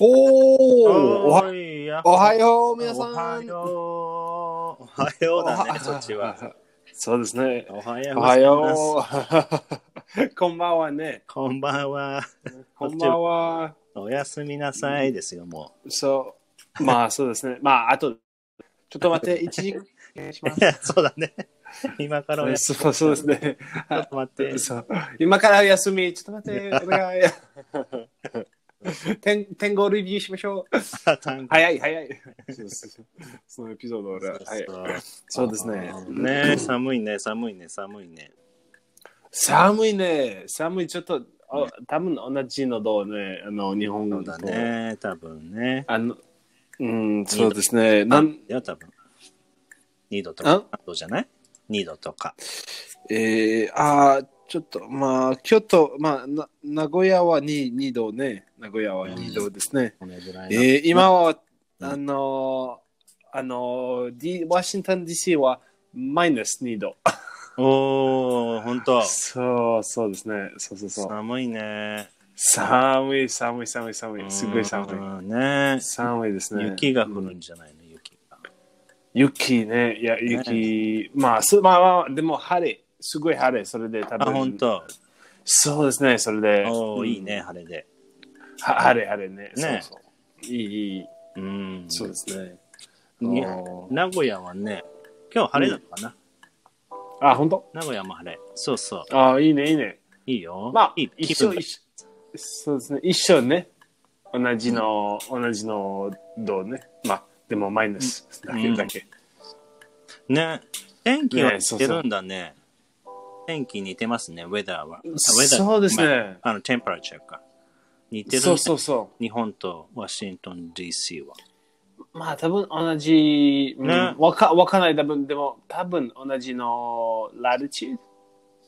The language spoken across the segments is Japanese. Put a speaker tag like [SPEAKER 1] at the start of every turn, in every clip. [SPEAKER 1] おおおは
[SPEAKER 2] ーいや
[SPEAKER 1] おはよう、皆さん。
[SPEAKER 2] おはよう。おはようだね、そっちは。。
[SPEAKER 1] そうですね。
[SPEAKER 2] おはよう
[SPEAKER 1] お
[SPEAKER 2] ござ
[SPEAKER 1] はい
[SPEAKER 2] ます。
[SPEAKER 1] よう。こんばんはね。
[SPEAKER 2] こんばんは。
[SPEAKER 1] こんばんは。
[SPEAKER 2] おやすみなさいですよ、も
[SPEAKER 1] そう。まあ、そうですね。まあ、あと、ちょっと待って、一時お願いし
[SPEAKER 2] う
[SPEAKER 1] ま。
[SPEAKER 2] いやそうだね。今からおやす
[SPEAKER 1] す。そうそうですね。
[SPEAKER 2] み。ちょっと待って。
[SPEAKER 1] そう今からお休み、ちょっと待って、お願い。天天候レビューしましょう。
[SPEAKER 2] あ単語
[SPEAKER 1] 早い早い。そうそうそのエピソード俺は早い。そうですね。
[SPEAKER 2] ね寒いね、寒いね、寒いね。
[SPEAKER 1] 寒いね。寒い、ちょっと、あ多分同じのどうね、あの、日本
[SPEAKER 2] そ
[SPEAKER 1] 語
[SPEAKER 2] うだ。ね、多分ね。
[SPEAKER 1] あの、うん、そうですね。なん、
[SPEAKER 2] いや、多分。2度とか、そうじゃない ?2 度とか。
[SPEAKER 1] えー、あーちょっと、まあ、京都、まあ、な名古屋は 2, 2度ね。名古屋は2度ですね。
[SPEAKER 2] このぐらい
[SPEAKER 1] え
[SPEAKER 2] の。
[SPEAKER 1] ー、今は、
[SPEAKER 2] うん
[SPEAKER 1] あのー、あのー、D、ワシントン DC はマイナス2度。
[SPEAKER 2] おー、ほんと。
[SPEAKER 1] そう、そうですね。そうそうそう。
[SPEAKER 2] 寒いね。
[SPEAKER 1] 寒い、寒い、寒い、寒い。すごい寒い。
[SPEAKER 2] い。ね
[SPEAKER 1] 寒いですね。
[SPEAKER 2] 雪が降るんじゃないの、雪が。
[SPEAKER 1] 雪ね。いや、雪。まあ、すまあまあ、でも晴れ。すごい晴れ。それで多分。
[SPEAKER 2] あ、本当。
[SPEAKER 1] そうですね。それで。
[SPEAKER 2] お
[SPEAKER 1] う
[SPEAKER 2] お、
[SPEAKER 1] ん
[SPEAKER 2] いいね、。晴れで。
[SPEAKER 1] は晴れ、晴れね。
[SPEAKER 2] ね
[SPEAKER 1] そうそういい、いい。
[SPEAKER 2] うん。
[SPEAKER 1] そうですね。
[SPEAKER 2] に
[SPEAKER 1] おー
[SPEAKER 2] 名古屋はね、今日晴れだったかな。
[SPEAKER 1] あ、本当
[SPEAKER 2] 名古屋も晴れ。そうそう。
[SPEAKER 1] あ、いいね、いいね。
[SPEAKER 2] いいよ。
[SPEAKER 1] まあ、
[SPEAKER 2] いい気
[SPEAKER 1] 一
[SPEAKER 2] 分
[SPEAKER 1] 緒、一緒。そうですね。一緒ね。同じの、同じの、どうね。まあ、でもマイナスだけ、
[SPEAKER 2] うん
[SPEAKER 1] だけ。
[SPEAKER 2] ね。天気は
[SPEAKER 1] ねそ
[SPEAKER 2] 似
[SPEAKER 1] うそ
[SPEAKER 2] て
[SPEAKER 1] う
[SPEAKER 2] るんだね。天気似てますね、ウェザーは。あウェザー
[SPEAKER 1] そうです。ね。
[SPEAKER 2] あの、テンパラチャーか。似てるね
[SPEAKER 1] そうそうそう。
[SPEAKER 2] 日本とワシントン DC は。
[SPEAKER 1] まあ多分同じ、うん
[SPEAKER 2] ね
[SPEAKER 1] わかわかんない多分でも多分同じのラルチュー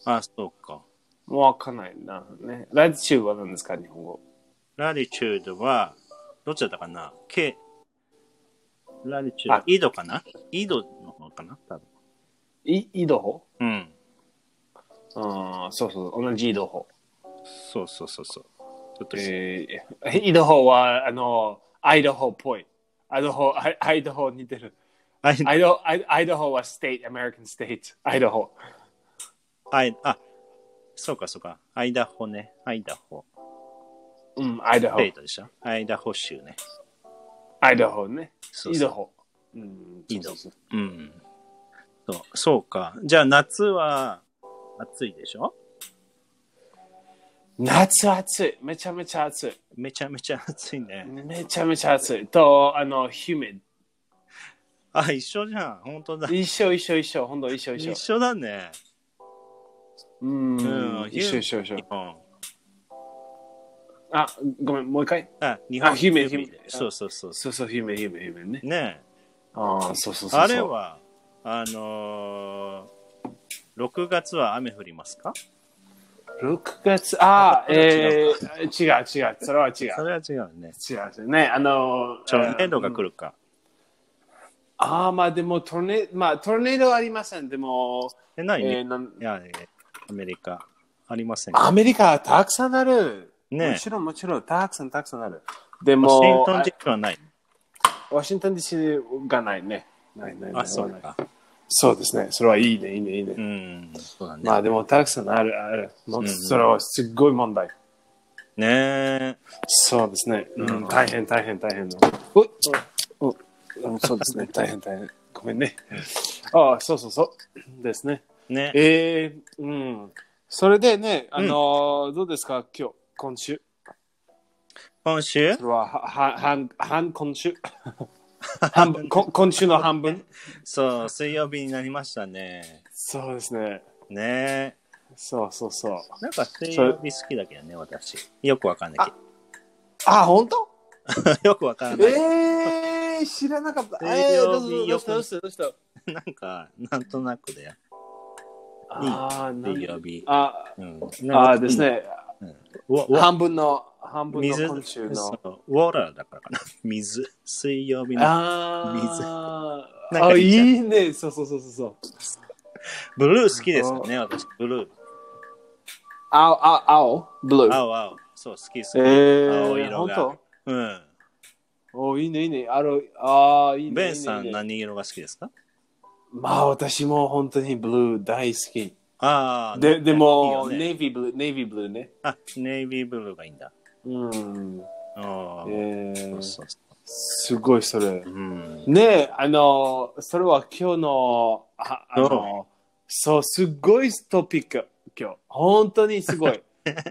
[SPEAKER 2] あ、そうか。
[SPEAKER 1] ドわかんないな、ね。ラルチュードは何ですか日本語。
[SPEAKER 2] ラリチュードは、どっちだったかな ?K。ラリチュー
[SPEAKER 1] あ
[SPEAKER 2] ド。イドかなイドの方かな多分。
[SPEAKER 1] い緯度法
[SPEAKER 2] うん。
[SPEAKER 1] うん、そうそう、同じ緯度法。
[SPEAKER 2] そうそうそうそう。ちょっと、
[SPEAKER 1] えー、緯度法はあの、アイドホっぽい。アイドホ、アイアイドホ似てる。
[SPEAKER 2] アイ
[SPEAKER 1] アイドアイアイドホはステイト、アメリカンステイト。アイドホ。
[SPEAKER 2] アイ、あ、そうかそうか。アイダホね。アイダホ。
[SPEAKER 1] うん、アイドホ
[SPEAKER 2] ス。テイトでしょアイダホ州ね。
[SPEAKER 1] アイドホね。
[SPEAKER 2] そう
[SPEAKER 1] 緯
[SPEAKER 2] そう
[SPEAKER 1] 度法。うん、
[SPEAKER 2] 緯度
[SPEAKER 1] そうそうそう
[SPEAKER 2] うん。そうそうか。じゃあ夏は暑いでしょ
[SPEAKER 1] 夏は暑い。めちゃめちゃ暑い。
[SPEAKER 2] めちゃめちゃ暑いね。
[SPEAKER 1] めちゃめちゃ暑い。と、あの、ヒューミ
[SPEAKER 2] あ、一緒じゃん。本当だ
[SPEAKER 1] ッ。。一緒一緒一緒、ほんと一緒一緒
[SPEAKER 2] 一。緒だね。
[SPEAKER 1] う
[SPEAKER 2] うん
[SPEAKER 1] ん、一緒一緒一緒
[SPEAKER 2] 日。本。
[SPEAKER 1] あ、ごめん、もう一回。
[SPEAKER 2] あ、日本。
[SPEAKER 1] あ姫
[SPEAKER 2] ユーミン
[SPEAKER 1] 姫
[SPEAKER 2] そうそうそう。
[SPEAKER 1] そうそう、ヒューミッヒューミッヒューミッね。
[SPEAKER 2] ね
[SPEAKER 1] ああ、そうそうそうそう。
[SPEAKER 2] あれは、あのー、6月は雨降りますか
[SPEAKER 1] ?6 月、ああ、
[SPEAKER 2] 違
[SPEAKER 1] え
[SPEAKER 2] う
[SPEAKER 1] ー、違う違う、それは違。
[SPEAKER 2] そうれは違うね。
[SPEAKER 1] 違うね、あの、
[SPEAKER 2] トルネードが来
[SPEAKER 1] る。
[SPEAKER 2] るか。
[SPEAKER 1] ああ、まあでもトルネ、まあトルネードはありません。でも、
[SPEAKER 2] え、ないね
[SPEAKER 1] え。ーなん
[SPEAKER 2] いや、えーアメリカ、ありませんか
[SPEAKER 1] アメリカはたくさんある。
[SPEAKER 2] ね
[SPEAKER 1] もちろんもちろん、たくさんたくさんある。で
[SPEAKER 2] ワシン
[SPEAKER 1] も、
[SPEAKER 2] トン DC はない。
[SPEAKER 1] ワシントン DC がないね。ないないない
[SPEAKER 2] あ、そうか。
[SPEAKER 1] そうですね。それはいいね、いいね、いいね。
[SPEAKER 2] うん、そうだね。
[SPEAKER 1] まあでも、たくさんある、ある。もうそれはすっごい問題。
[SPEAKER 2] ねえ。
[SPEAKER 1] そうですね。う
[SPEAKER 2] うん
[SPEAKER 1] ん、大変、大変、大変。おいおいおいそうです ね。大変、大変。ごめんね。ああ、そうそうそう。ですね。
[SPEAKER 2] ね
[SPEAKER 1] えー、うん。それでね、あのーどうですか、今日、今週。
[SPEAKER 2] 今週
[SPEAKER 1] それは、は、は、半、半、今 週。半分、こ今週の半 分。
[SPEAKER 2] そう、水曜日になりましたね。
[SPEAKER 1] そうですね。
[SPEAKER 2] ねえ。
[SPEAKER 1] そうそうそう。
[SPEAKER 2] なんか水曜日好きだけどね、私。よくわかんない
[SPEAKER 1] あ、本当
[SPEAKER 2] けど。 よくわかんない。
[SPEAKER 1] えー、知らなかった。
[SPEAKER 2] 水
[SPEAKER 1] えー、
[SPEAKER 2] 曜
[SPEAKER 1] どうぞ
[SPEAKER 2] 日
[SPEAKER 1] どうしたどうしたどうした
[SPEAKER 2] なんか、なんとなくだよ。
[SPEAKER 1] あーなん
[SPEAKER 2] 水曜日。
[SPEAKER 1] あ
[SPEAKER 2] うん。
[SPEAKER 1] あーです。ね。
[SPEAKER 2] ウォ
[SPEAKER 1] 半分の、半分の
[SPEAKER 2] 水
[SPEAKER 1] 昆虫
[SPEAKER 2] そ
[SPEAKER 1] の。
[SPEAKER 2] うウォーターだからかな。 水。水曜日の。
[SPEAKER 1] あー
[SPEAKER 2] 水なん
[SPEAKER 1] あ、
[SPEAKER 2] かい
[SPEAKER 1] い
[SPEAKER 2] いじゃん
[SPEAKER 1] いね。そうそうそうそうそう。
[SPEAKER 2] ブルー好きですよね、私。ブルー。
[SPEAKER 1] 青、青、青、ブルー。
[SPEAKER 2] 青、青。そう、好き好き。
[SPEAKER 1] えー、
[SPEAKER 2] 青色が
[SPEAKER 1] 本
[SPEAKER 2] うん。
[SPEAKER 1] おいいね、いいね。あの、ああ、いいね。
[SPEAKER 2] ベン
[SPEAKER 1] い
[SPEAKER 2] さん
[SPEAKER 1] いねいいね
[SPEAKER 2] 何色が好きですか
[SPEAKER 1] まあ、私も本当にブルー大好き。
[SPEAKER 2] ああ、
[SPEAKER 1] で、でも、
[SPEAKER 2] いいよね
[SPEAKER 1] ネイビーブルー、ネイビーブルーね。
[SPEAKER 2] あ、ネイビーブルーがいいんだ。
[SPEAKER 1] うん。
[SPEAKER 2] ああ、
[SPEAKER 1] え
[SPEAKER 2] そう
[SPEAKER 1] ー、
[SPEAKER 2] そうそ
[SPEAKER 1] すごい、それ
[SPEAKER 2] う。。うん。
[SPEAKER 1] ねえ、あの、それは今日の、ああの、そう、すごいトピック、今日。本当にすご い。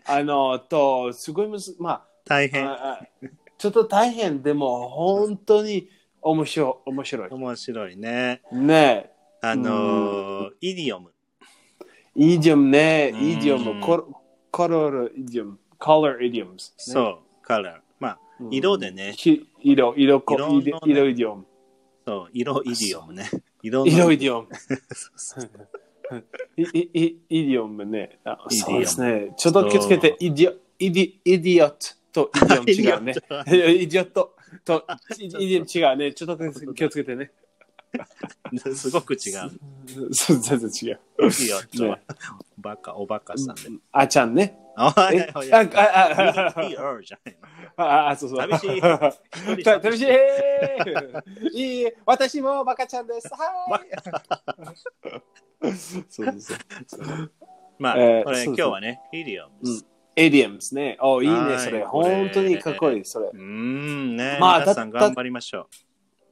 [SPEAKER 1] あの、と、すごいむず、まあ、
[SPEAKER 2] 大変。
[SPEAKER 1] ああちょっと大変でも本当に面白い面白い
[SPEAKER 2] 面白いね。
[SPEAKER 1] ね
[SPEAKER 2] あのー、イディオム。
[SPEAKER 1] えイディオムね
[SPEAKER 2] うん
[SPEAKER 1] イディオムコロコロルイディオムコロルイディオムス、ね、
[SPEAKER 2] そう、カラー。まあ、
[SPEAKER 1] うん
[SPEAKER 2] 色でね
[SPEAKER 1] ひ色色こ
[SPEAKER 2] 色
[SPEAKER 1] 色
[SPEAKER 2] の
[SPEAKER 1] イデ
[SPEAKER 2] ね
[SPEAKER 1] 色イディオム
[SPEAKER 2] そう、色イディオムね。色の
[SPEAKER 1] 色イディオム
[SPEAKER 2] そうそう
[SPEAKER 1] いいいイディオムねあ
[SPEAKER 2] イディオム
[SPEAKER 1] そうですねちょっと気をつけてイディオイディイディオットとイディオム違うねイディオットとイディオム違うねちょっと気をつけてね
[SPEAKER 2] すごく違う。
[SPEAKER 1] そう全然違う
[SPEAKER 2] イディオットは。バカ、おバカさんで。
[SPEAKER 1] あちゃんね
[SPEAKER 2] あ、い
[SPEAKER 1] え
[SPEAKER 2] やい
[SPEAKER 1] あ
[SPEAKER 2] やいや。
[SPEAKER 1] ああ
[SPEAKER 2] ER じゃないの。
[SPEAKER 1] ああ、そうそう。
[SPEAKER 2] 寂しい一人
[SPEAKER 1] た寂しい。いいえ私もバカちゃんです。はい。そうそうそう。
[SPEAKER 2] まあ、
[SPEAKER 1] えー
[SPEAKER 2] これ
[SPEAKER 1] そうそう
[SPEAKER 2] 今日はね、イディオムです。
[SPEAKER 1] エディアムですね。おいい
[SPEAKER 2] は
[SPEAKER 1] ね、
[SPEAKER 2] い
[SPEAKER 1] それ。
[SPEAKER 2] これ
[SPEAKER 1] 本当にかっこいい、それ
[SPEAKER 2] う。ーん、ね。
[SPEAKER 1] まあ
[SPEAKER 2] 皆さん
[SPEAKER 1] だだ
[SPEAKER 2] 頑張りましょ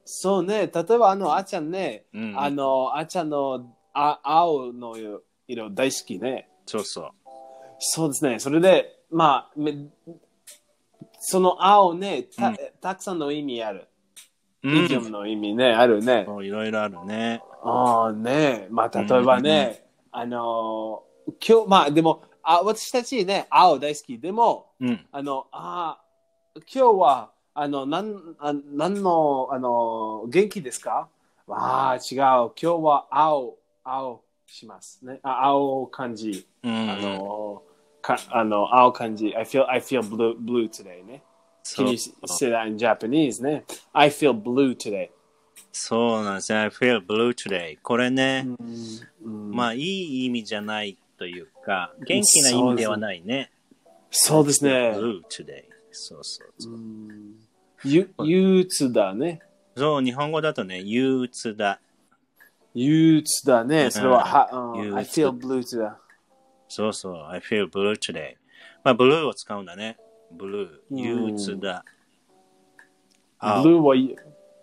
[SPEAKER 1] そうね、例えばあの、あちゃんね、
[SPEAKER 2] う。うん。
[SPEAKER 1] あの、あちゃんのあ青の色大好きね。
[SPEAKER 2] そうそう。
[SPEAKER 1] そうですね、それで、まあ、めその青ね、
[SPEAKER 2] う
[SPEAKER 1] た
[SPEAKER 2] ん
[SPEAKER 1] たくさんの意味ある。
[SPEAKER 2] う
[SPEAKER 1] イディアムの意味ね、あるね。
[SPEAKER 2] そういろいろあるね。
[SPEAKER 1] ああねまあ例えばね、あのー今日まあでもあ私たちね青大好きでも
[SPEAKER 2] うん。
[SPEAKER 1] あのあー今日はあのなんあなんのあのー元気ですかああ違う今日は青青しますねあ青感じ
[SPEAKER 2] うん、
[SPEAKER 1] あのーかあの青感じ I feel I feel blue blue today ね Can
[SPEAKER 2] そ
[SPEAKER 1] you
[SPEAKER 2] う
[SPEAKER 1] say that in Japanese ね I feel blue today
[SPEAKER 2] そうなんですね。I feel blue today. これね、
[SPEAKER 1] うん
[SPEAKER 2] まあいい意味じゃないというか、元気な意味ではないね。
[SPEAKER 1] そうですね
[SPEAKER 2] blue today. そうそうそう。
[SPEAKER 1] ゆ憂鬱だね。
[SPEAKER 2] そう、日本語だとね、憂鬱だ。
[SPEAKER 1] 憂鬱だね。それ
[SPEAKER 2] うん
[SPEAKER 1] は、は、う
[SPEAKER 2] 憂
[SPEAKER 1] ん、
[SPEAKER 2] 鬱
[SPEAKER 1] I feel blue だ。
[SPEAKER 2] そうそう。I feel blue today. まあ、ブルーを使うんだね。ブル
[SPEAKER 1] うん
[SPEAKER 2] ー。憂鬱だ。青
[SPEAKER 1] blue は、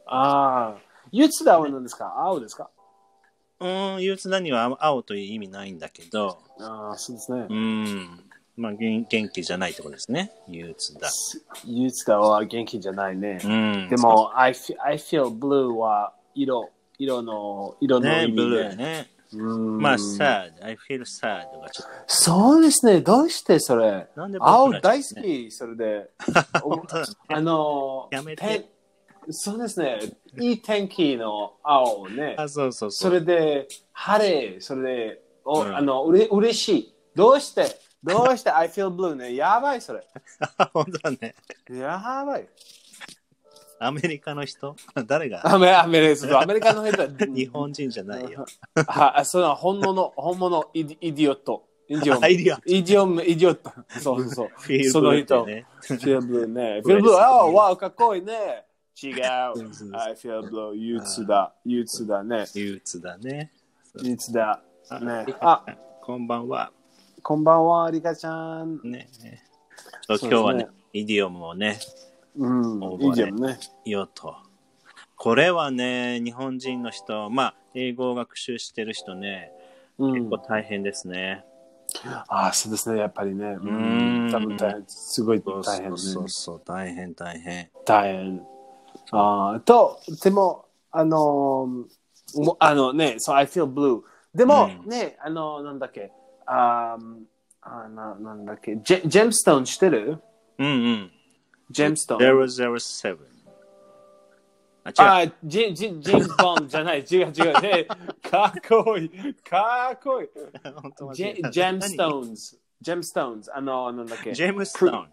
[SPEAKER 1] ああ、憂鬱だは何ですか青ですか
[SPEAKER 2] うん、憂鬱だには青という意味ないんだけど、
[SPEAKER 1] ああ、そうですね
[SPEAKER 2] う。ん。まあ、元元気じゃないってことですね。憂鬱だ。
[SPEAKER 1] 憂鬱だは元気じゃないね。
[SPEAKER 2] うん。
[SPEAKER 1] でも、I feel, I feel blue は色、色の、色の
[SPEAKER 2] ね、
[SPEAKER 1] 意味
[SPEAKER 2] ブルー
[SPEAKER 1] ね。
[SPEAKER 2] ね。
[SPEAKER 1] うん
[SPEAKER 2] まあ、sad, I feel sad がちょっ
[SPEAKER 1] そうですね。どうしてそれ
[SPEAKER 2] なんで僕ら
[SPEAKER 1] 青
[SPEAKER 2] ね
[SPEAKER 1] 大好き、それ で。お
[SPEAKER 2] 本当だね
[SPEAKER 1] あのー、
[SPEAKER 2] やめて
[SPEAKER 1] 天そうですね。いい天気の青ね
[SPEAKER 2] と。。あ、そうそうそ。
[SPEAKER 1] そうれで、晴れ、それで、お、
[SPEAKER 2] うん
[SPEAKER 1] あの、うれ嬉しい。どうしてどうして I feel blue ね。やばい、それ。
[SPEAKER 2] 本当だね。
[SPEAKER 1] やばい。
[SPEAKER 2] アメリカの人 誰が
[SPEAKER 1] アメアメリカそうアメリカの人は
[SPEAKER 2] 日本人じゃない よ。
[SPEAKER 1] あ、あその本物、本物イディイディオット。イディオム。
[SPEAKER 2] アイディア。
[SPEAKER 1] イディオム、イディオット。そうそう そう。
[SPEAKER 2] フィール
[SPEAKER 1] その
[SPEAKER 2] ド
[SPEAKER 1] 人
[SPEAKER 2] ね。
[SPEAKER 1] feel blue ね。
[SPEAKER 2] ブレ
[SPEAKER 1] feel
[SPEAKER 2] ス
[SPEAKER 1] blue、ああ、わあ、かっこいいね。違う
[SPEAKER 2] そうそう。
[SPEAKER 1] I feel blue、憂鬱だ。憂鬱だね。
[SPEAKER 2] 憂鬱だね。
[SPEAKER 1] 憂鬱だ。
[SPEAKER 2] あ
[SPEAKER 1] ね。あ、
[SPEAKER 2] こんばんは。
[SPEAKER 1] こんばんは、リカちゃん。
[SPEAKER 2] ね。そ
[SPEAKER 1] そうで
[SPEAKER 2] う
[SPEAKER 1] すね
[SPEAKER 2] 今日はね、イディオムをね、
[SPEAKER 1] うん
[SPEAKER 2] こんばん、はね
[SPEAKER 1] いいじゃんね。
[SPEAKER 2] 言おうと。これはね、日本人の人、まあ、英語を学習してる人ね、
[SPEAKER 1] うん
[SPEAKER 2] 結構、大変ですね。
[SPEAKER 1] あそうですね、やっぱりね。う
[SPEAKER 2] うん
[SPEAKER 1] ん、多分大変、すごい
[SPEAKER 2] そう
[SPEAKER 1] 大変ね。
[SPEAKER 2] そうそう、大変大変。
[SPEAKER 1] 大変。あーと、でも、あのー、もあのね、そう、I feel blue。でも、
[SPEAKER 2] うん
[SPEAKER 1] ね、あの、なんだっけ、あーあな、なんだっけ、ジェジェムストーンしてる
[SPEAKER 2] うんうん。
[SPEAKER 1] ジェムストーン。
[SPEAKER 2] 007。あ、違う。
[SPEAKER 1] あ、ジジジェームズ・ボンドじゃない、違う違う。ね、かっこいい、かっこいい。
[SPEAKER 2] 本当は
[SPEAKER 1] ジ
[SPEAKER 2] 違う
[SPEAKER 1] ェジェムストーンズ、ジェムストーンズ、あの、なんだっけ
[SPEAKER 2] 何。ジェームストーン。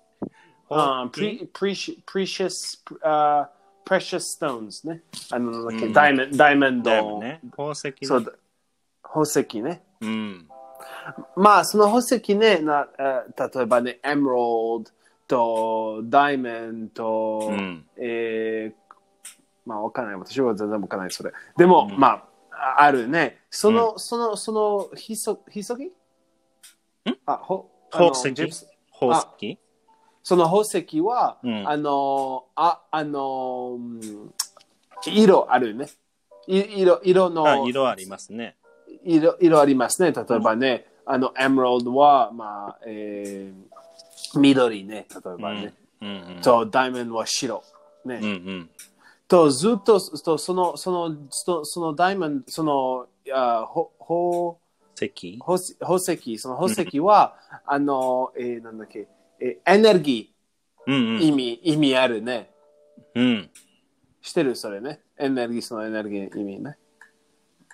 [SPEAKER 1] あープリプリシプリシャス、あー、プレシャス・ストーンズね。あの、なんだっけ、ダイモンダイモン
[SPEAKER 2] だ
[SPEAKER 1] ド
[SPEAKER 2] よ。ね。宝石ね
[SPEAKER 1] そうだ。宝石ね。
[SPEAKER 2] うん。
[SPEAKER 1] まあ、その宝石ね、なあ例えばね、エメロード、と、題名と、
[SPEAKER 2] うん
[SPEAKER 1] えーまあ、わかんない。私は全然わかんない、それ。でも、
[SPEAKER 2] うん
[SPEAKER 1] まあ、ああるね。その、その、その、ひそ、ひそぎんあ、ほ、あの
[SPEAKER 2] 宝石
[SPEAKER 1] ジェプス
[SPEAKER 2] 宝石
[SPEAKER 1] その宝石は、
[SPEAKER 2] うん
[SPEAKER 1] あの、あ、あの、うん色あるね。い色、色の。
[SPEAKER 2] あ、色ありますね。
[SPEAKER 1] 色色ありますね。例えばね、あの、エメロードは、まあ、えー、緑ね、例えばね。
[SPEAKER 2] うんうん。
[SPEAKER 1] と、ダイヤモンドは白。ね。
[SPEAKER 2] うんうん。
[SPEAKER 1] と、ずっと、とその、その、そのそのダイヤモンド、その、あほほ
[SPEAKER 2] 石
[SPEAKER 1] 宝石宝石、その宝石は、あの、えー、なんだっけ、えーエネルギ
[SPEAKER 2] うんう
[SPEAKER 1] ー、
[SPEAKER 2] ん。
[SPEAKER 1] 意味、意味あるね。
[SPEAKER 2] うん。
[SPEAKER 1] してる、それね。エネルギー、そのエネルギー意味ね。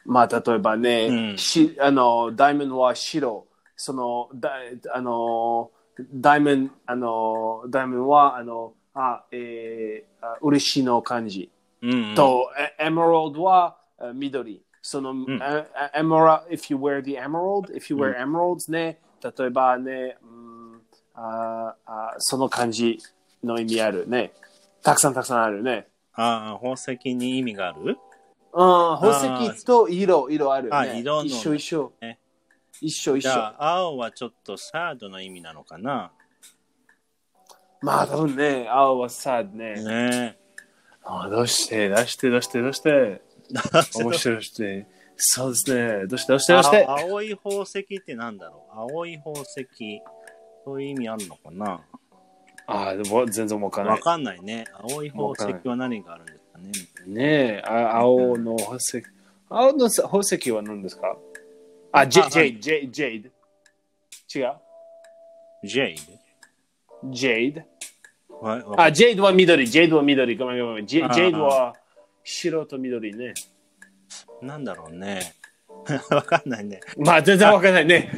[SPEAKER 1] まあ、例えばね、
[SPEAKER 2] うん
[SPEAKER 1] しあの、ダイモンドは白、その、だあの、ダイモンド、あの、ダイモンドは、あの、あ、えー、あ嬉しいの感じ。
[SPEAKER 2] うんうん。
[SPEAKER 1] と、エエメロードはあ緑。その、
[SPEAKER 2] ん
[SPEAKER 1] ああエメラ、if you wear the emerald, if you wear emeralds ね、例えばね、うん、ああその感じの意味あるね。たくさんたくさんあるね。
[SPEAKER 2] ああ、宝石に意味がある
[SPEAKER 1] うん、宝石と色、色あるよ
[SPEAKER 2] あ
[SPEAKER 1] ね。
[SPEAKER 2] 色のね
[SPEAKER 1] 一緒一緒。
[SPEAKER 2] ね
[SPEAKER 1] 一緒一
[SPEAKER 2] じゃ
[SPEAKER 1] 緒。
[SPEAKER 2] あ、青はちょっとサードの意味なのかな
[SPEAKER 1] まあ多分ね、青はさ、ね。
[SPEAKER 2] ね
[SPEAKER 1] あどうして、どうして、どうして、どうして。面白いどうして。そう ですね。どうして、どうして、どうして。
[SPEAKER 2] あ青い宝石ってなんだろう青い宝石。そういう意味あるのかな
[SPEAKER 1] ああ、でも全然わかんな
[SPEAKER 2] わ
[SPEAKER 1] い。
[SPEAKER 2] かんないね。青い宝
[SPEAKER 1] わかんない
[SPEAKER 2] 石は何があるんですかね
[SPEAKER 1] ねえ、あ青の宝石。青のさ宝石は何ですかあ、ジ
[SPEAKER 2] あ
[SPEAKER 1] ェジェイド、ジェイド、ジェイド。違う
[SPEAKER 2] ジェイド
[SPEAKER 1] ジェイド。
[SPEAKER 2] わわかん
[SPEAKER 1] あ、ジェイドは緑、ジェイドは緑。ごめんごめんごめん。ジェ
[SPEAKER 2] あー
[SPEAKER 1] ジェイドは白と緑ね。
[SPEAKER 2] なんだろうね。 わかんないね。
[SPEAKER 1] まあ全然わかんないね。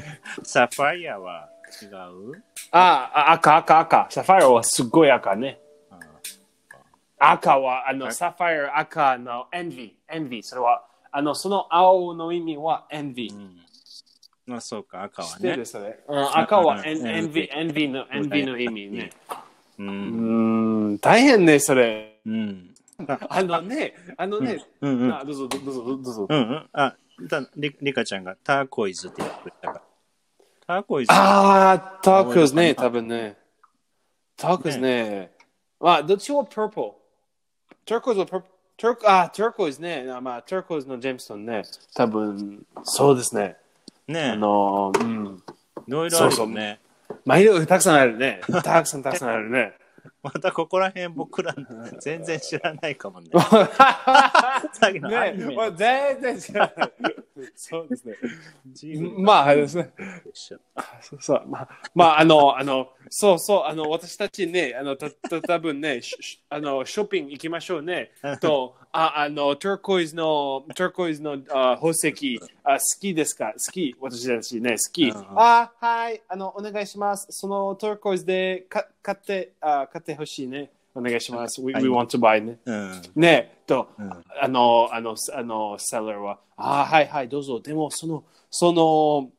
[SPEAKER 2] サファイアは違う
[SPEAKER 1] ああ、赤、赤、赤。サファイアはすごい赤ね。
[SPEAKER 2] あ
[SPEAKER 1] 赤は、あの、
[SPEAKER 2] い
[SPEAKER 1] サファイア赤の envy、envy。それは、あの、その青の意味は envy。
[SPEAKER 2] うん。まあそうか、赤
[SPEAKER 1] 知
[SPEAKER 2] は
[SPEAKER 1] って
[SPEAKER 2] ね
[SPEAKER 1] る。それ。うん赤は
[SPEAKER 2] うん
[SPEAKER 1] en- envy、envy の、envy の意味ね。
[SPEAKER 2] う。
[SPEAKER 1] うんーん、大変ね、それ。
[SPEAKER 2] うん。
[SPEAKER 1] あのね、あのね、
[SPEAKER 2] うんうん。
[SPEAKER 1] あどうぞ、どうぞ、どうぞ
[SPEAKER 2] う。んうん。あ、たりりかちゃんがターコイズって言ってくれたから。ターコイズ
[SPEAKER 1] あー、タークスね、多分ね。タークスね。まあ、どっちも purple。タークスは purple。タークあ、タークスね。あまあ、タークスのジェームストンね。多分、そうですね。あ
[SPEAKER 2] ね
[SPEAKER 1] のー、うん。
[SPEAKER 2] いろいろあ
[SPEAKER 1] そ
[SPEAKER 2] る
[SPEAKER 1] うそ
[SPEAKER 2] よ
[SPEAKER 1] う
[SPEAKER 2] ね。
[SPEAKER 1] まあ、いろいろたくさんある ね。たくさんたくさんあるね。
[SPEAKER 2] またここら辺僕ら全然知らないかもね。さっきのアニ
[SPEAKER 1] ね
[SPEAKER 2] メ
[SPEAKER 1] もう全然知らない。そうですね。
[SPEAKER 2] ジブリ
[SPEAKER 1] まあ、あれですね。
[SPEAKER 2] と一緒
[SPEAKER 1] そうそう、まあ、まあ、あの、あの、そうそう、あの、私たちね、あの、た、た、多分ね、ししあの、ショッピング行きましょうね。 と、あ、あの、トゥルコイズの、トゥルコイズの、あ、宝石、あ、好きですか好き、私たちね、好き。
[SPEAKER 2] うんうん
[SPEAKER 1] あ、はい、あの、お願いします。そのトゥルコイズで、か、買って、あ、買ってほしいね。お願いします。We,
[SPEAKER 2] は
[SPEAKER 1] we
[SPEAKER 2] い
[SPEAKER 1] want to buy ね。
[SPEAKER 2] うん。
[SPEAKER 1] ねと、
[SPEAKER 2] うん
[SPEAKER 1] あの、あの、あの、セラーは、ああ、はいはい、どうぞ。でも、その、その、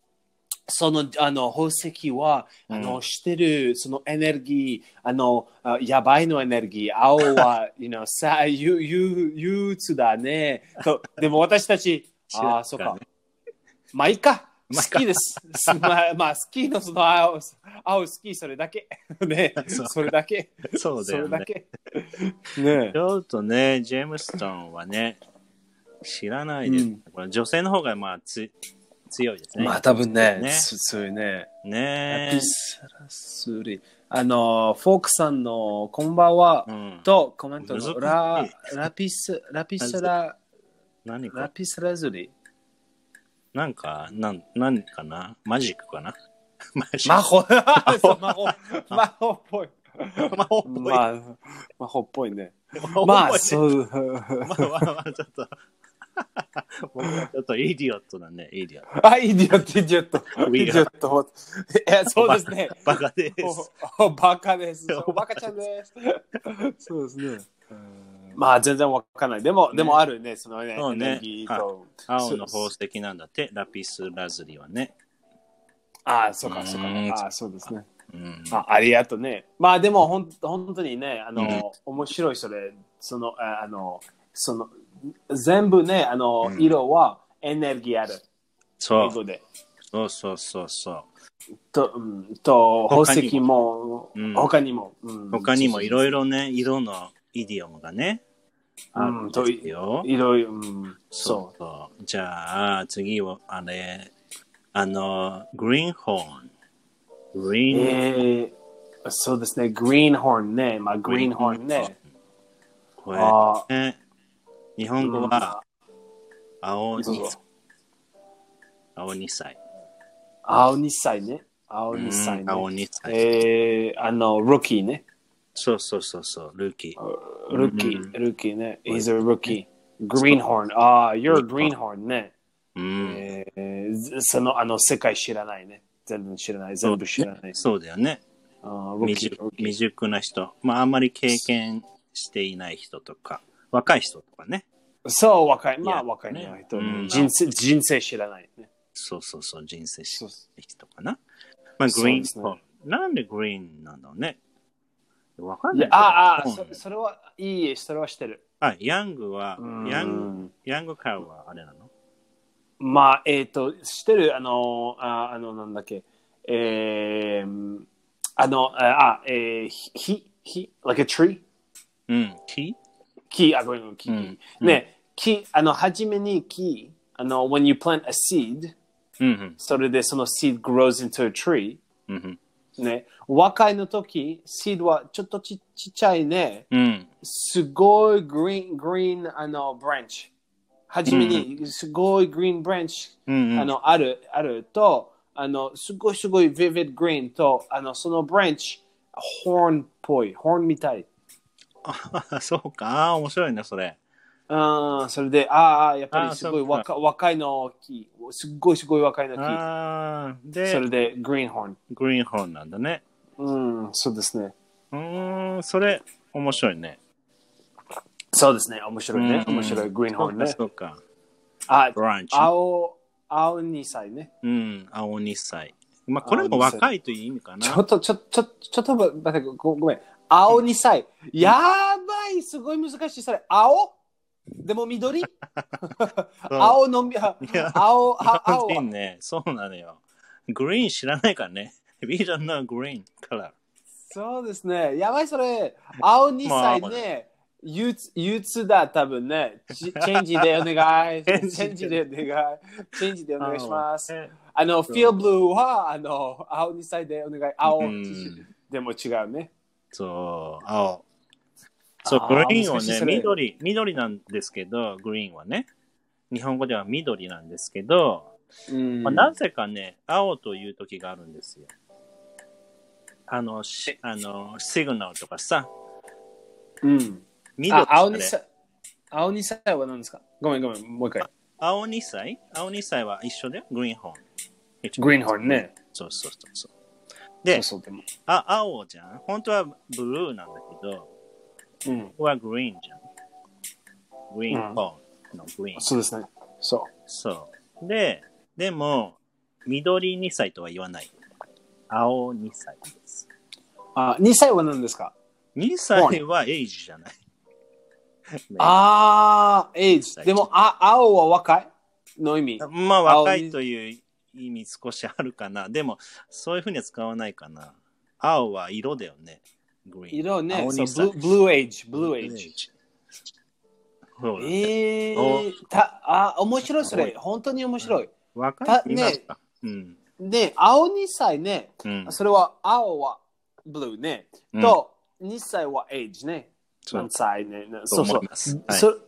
[SPEAKER 1] その、あの、宝石は、あの、してる、そのエネルギー、あの、あやばいのエネルギー、青 は、you know、さ、ゆ、ゆ、憂鬱だね。と、でも私 たち、
[SPEAKER 2] 知らない
[SPEAKER 1] ああ、そうか。まあ、いいか。
[SPEAKER 2] まあ
[SPEAKER 1] 好
[SPEAKER 2] いいか
[SPEAKER 1] き です。まあ、まあ、好きのその青、青好き、それだけ。 ね、
[SPEAKER 2] そう
[SPEAKER 1] それだけ。
[SPEAKER 2] そうだ
[SPEAKER 1] それ
[SPEAKER 2] よ
[SPEAKER 1] だ
[SPEAKER 2] ね。
[SPEAKER 1] け。ね
[SPEAKER 2] ちょっとね、ジェームストンはね、知らないです。
[SPEAKER 1] うん
[SPEAKER 2] これ女性の方がまあつ強いですね。
[SPEAKER 1] まあ多分ね、
[SPEAKER 2] ね
[SPEAKER 1] す強いね。ラ
[SPEAKER 2] ね
[SPEAKER 1] ピスラスリ。あの、フォークさんのこんばんは、
[SPEAKER 2] うん、
[SPEAKER 1] とコメントのラ
[SPEAKER 2] 難し
[SPEAKER 1] ラピス、ラピスラ、
[SPEAKER 2] 何
[SPEAKER 1] ラ
[SPEAKER 2] か、
[SPEAKER 1] ピスラズリ。
[SPEAKER 2] なんか、なん、何かなマジックかなマ ジック。
[SPEAKER 1] マホそうマ ホマホっぽい。
[SPEAKER 2] 魔法っぽい。
[SPEAKER 1] まあ、マホっぽいね。
[SPEAKER 2] 魔法っぽい
[SPEAKER 1] まあ、そう。
[SPEAKER 2] まあまあまあ、ちょっと。僕はちょっとイディオットだね、イディオット。
[SPEAKER 1] あ、イディオット、イディオット。
[SPEAKER 2] We are-
[SPEAKER 1] イディオット。え、そうですね。
[SPEAKER 2] バカ です。
[SPEAKER 1] おバカです。バカちゃんです。そうですね。まあ全然わかんない。でも、でもあるね、そのね、
[SPEAKER 2] そうね
[SPEAKER 1] エネルギーと。
[SPEAKER 2] 青の宝石なんだって、ラピスラズリはね。
[SPEAKER 1] ああ、そうか、そうか。
[SPEAKER 2] うん
[SPEAKER 1] ああ、そうですね。
[SPEAKER 2] うん
[SPEAKER 1] あありがとうね。まあでも、ほん本当にね、あの、
[SPEAKER 2] うん
[SPEAKER 1] 面白いそれ、その、ああの、その、全部ね、あの、
[SPEAKER 2] うん
[SPEAKER 1] 色はエネルギーある。
[SPEAKER 2] そ
[SPEAKER 1] 英語
[SPEAKER 2] う
[SPEAKER 1] で。
[SPEAKER 2] そうそうそうそ
[SPEAKER 1] と、うん、と宝
[SPEAKER 2] 他にも
[SPEAKER 1] 石も、
[SPEAKER 2] うん
[SPEAKER 1] 他にも。うん
[SPEAKER 2] う。他にもいろ
[SPEAKER 1] い
[SPEAKER 2] いろね、色のイディオムがね、あるんです
[SPEAKER 1] ろ。
[SPEAKER 2] よ。
[SPEAKER 1] いろいろ、うん、
[SPEAKER 2] そ
[SPEAKER 1] そう
[SPEAKER 2] そう。じゃあ、次は、あれ、あの、グリーンホーン。グ
[SPEAKER 1] う。
[SPEAKER 2] リーン、
[SPEAKER 1] えー、そうですね、グリーンホーンね。まあ、グリーンホーンね。。
[SPEAKER 2] これ、
[SPEAKER 1] あ
[SPEAKER 2] ね、日
[SPEAKER 1] あ、
[SPEAKER 2] 本語は、青
[SPEAKER 1] うん
[SPEAKER 2] 二
[SPEAKER 1] そう
[SPEAKER 2] 歳
[SPEAKER 1] そう。
[SPEAKER 2] 青二歳。
[SPEAKER 1] 青2歳ね。青
[SPEAKER 2] うん
[SPEAKER 1] 2歳ね。
[SPEAKER 2] 青二歳。
[SPEAKER 1] えー、あの、ロキーね。
[SPEAKER 2] そうそうそうそう、ルーキー。
[SPEAKER 1] Rookie,
[SPEAKER 2] Mhm.
[SPEAKER 1] rookie ね。He's a rookie. Greenhorn. ああ、you're a greenhorn ね。
[SPEAKER 2] うん。
[SPEAKER 1] えーずその、あの、世界知らないね。全部知らない。全部知らない。
[SPEAKER 2] そうだよね。
[SPEAKER 1] あー
[SPEAKER 2] 未
[SPEAKER 1] rookie,
[SPEAKER 2] 熟
[SPEAKER 1] rookie
[SPEAKER 2] 未熟な人。まあ、あんまり経験していない人とか、若い人とかね。
[SPEAKER 1] そう、若い。
[SPEAKER 2] や
[SPEAKER 1] まあ、若いね
[SPEAKER 2] ね
[SPEAKER 1] 人
[SPEAKER 2] うん
[SPEAKER 1] 人生、人生知らないね。
[SPEAKER 2] そうそうそう、人生し
[SPEAKER 1] そう
[SPEAKER 2] 人かな。まあ、グリーン
[SPEAKER 1] そうで
[SPEAKER 2] なんでグリーンなんだろうね。わかん
[SPEAKER 1] いや
[SPEAKER 2] ないけど。
[SPEAKER 1] ああ、
[SPEAKER 2] うん
[SPEAKER 1] そそれは、いい、それはしてる。
[SPEAKER 2] あ、ヤングは
[SPEAKER 1] う、ん
[SPEAKER 2] ヤング、ヤングカーはあれなの
[SPEAKER 1] まあ、えっ、と、してる、あの、ああの、なんだっけ、えー、あの、あ、あえー、ひ、ひ、like a tree?
[SPEAKER 2] うん、木
[SPEAKER 1] 木、あ、ごめん、木、
[SPEAKER 2] うん
[SPEAKER 1] ね、木、あの、初めに木、あの、when you plant a seed、
[SPEAKER 2] うんうん
[SPEAKER 1] それでその seed grows into a tree、
[SPEAKER 2] うんうん。
[SPEAKER 1] ね、若いの時、seed はちょっとちちっちゃいね、
[SPEAKER 2] うん。
[SPEAKER 1] すごい green、green、あの、branch。初めに、すごい green branch、
[SPEAKER 2] うんうん
[SPEAKER 1] あの、ある、あると、あの、すごいすごい vivid green と、あの、その branch、horn っぽい、horn みたい。
[SPEAKER 2] あそうか。あー面白いね、それ。
[SPEAKER 1] うん、それで、ああ、やっぱ
[SPEAKER 2] あー
[SPEAKER 1] りすごい
[SPEAKER 2] そうか
[SPEAKER 1] 若若いの木、すっごいすごい若いの木、
[SPEAKER 2] ああ、
[SPEAKER 1] そ
[SPEAKER 2] で
[SPEAKER 1] れ、でグリーンホーン。
[SPEAKER 2] グリーンホーンなんだね。
[SPEAKER 1] うん、そうですね。
[SPEAKER 2] うーん、それ、面白いね。
[SPEAKER 1] そうですね、面白いね。
[SPEAKER 2] うん
[SPEAKER 1] 面白いグリーンホーンね。
[SPEAKER 2] そうか。
[SPEAKER 1] あ、
[SPEAKER 2] ブランチ。
[SPEAKER 1] 青、青2歳ね。
[SPEAKER 2] うん、青2歳。まあ、これも若いという意味か
[SPEAKER 1] ち
[SPEAKER 2] な。
[SPEAKER 1] ょっと、ちょ、ちょ、ちょっと待って、ごごめん。青2歳。やばい、すごい難しい。それ、青でも 緑青のみ、あ
[SPEAKER 2] や
[SPEAKER 1] 青、あ 青
[SPEAKER 2] 青
[SPEAKER 1] は。
[SPEAKER 2] ね、そうなのよ。グリーン知らないからね。We don't know green color.
[SPEAKER 1] そうですね。やばい、それ。青2歳
[SPEAKER 2] まあ
[SPEAKER 1] ね。憂鬱憂鬱だ、多分ね。チチェンジでお願い。 チェンジでお願い。チェンジでお願いします。
[SPEAKER 2] え
[SPEAKER 1] あの、フィールブルーは、あの、青2歳でお願い。青。
[SPEAKER 2] うん
[SPEAKER 1] でも違うね。
[SPEAKER 2] そう、青。そう
[SPEAKER 1] あ、ー
[SPEAKER 2] グリーン
[SPEAKER 1] 難
[SPEAKER 2] は
[SPEAKER 1] しい
[SPEAKER 2] ね、
[SPEAKER 1] それ
[SPEAKER 2] 緑、緑なんですけど、グリーンはね。日本語では緑なんですけど、
[SPEAKER 1] うん
[SPEAKER 2] まあ、なぜかね、青という時があるんですよ。あの、しあのシグナルとかさ、
[SPEAKER 1] うん、
[SPEAKER 2] 緑
[SPEAKER 1] あ青
[SPEAKER 2] あれ
[SPEAKER 1] 2歳。青2歳は何ですかごめんごめん、もう一回。
[SPEAKER 2] 青二歳青二歳は一緒だよ、グリーンホーン。
[SPEAKER 1] グリーンホーンね。
[SPEAKER 2] そうそうそうそう。
[SPEAKER 1] そ
[SPEAKER 2] で
[SPEAKER 1] う、そうでも。
[SPEAKER 2] あ、青じゃん本当はブルーなんだけど、
[SPEAKER 1] うん、
[SPEAKER 2] ここはグリーンじゃん。グリーンホーンのグリーン。
[SPEAKER 1] そうですね。そ
[SPEAKER 2] そう。で、でも、緑2歳とは言わない。青2歳です。
[SPEAKER 1] う。あ2歳は何ですか
[SPEAKER 2] 2歳はエイジじゃない。ね
[SPEAKER 1] あー、エイジ。でも、あ青は若いの意味。
[SPEAKER 2] まあ、若いという意味少しあるかな。でも、そういうふうには使わないかな。青は色だよね。グリーン。
[SPEAKER 1] 色ね
[SPEAKER 2] 青、
[SPEAKER 1] そうブル
[SPEAKER 2] 二
[SPEAKER 1] ー
[SPEAKER 2] 歳
[SPEAKER 1] ブルーエイジ、ブルーエイジ。
[SPEAKER 2] ジ。そうだ
[SPEAKER 1] えー、たあ面白いそれ、本当に面白い。
[SPEAKER 2] 若
[SPEAKER 1] た
[SPEAKER 2] い
[SPEAKER 1] ね
[SPEAKER 2] なんかうん。
[SPEAKER 1] で、青2歳ね、
[SPEAKER 2] うん。
[SPEAKER 1] それは青はブルーね、
[SPEAKER 2] うん
[SPEAKER 1] と2歳はエイジね、
[SPEAKER 2] そう
[SPEAKER 1] 何歳ね、な
[SPEAKER 2] そ
[SPEAKER 1] そうう
[SPEAKER 2] 思
[SPEAKER 1] そ
[SPEAKER 2] いうます。はい
[SPEAKER 1] そ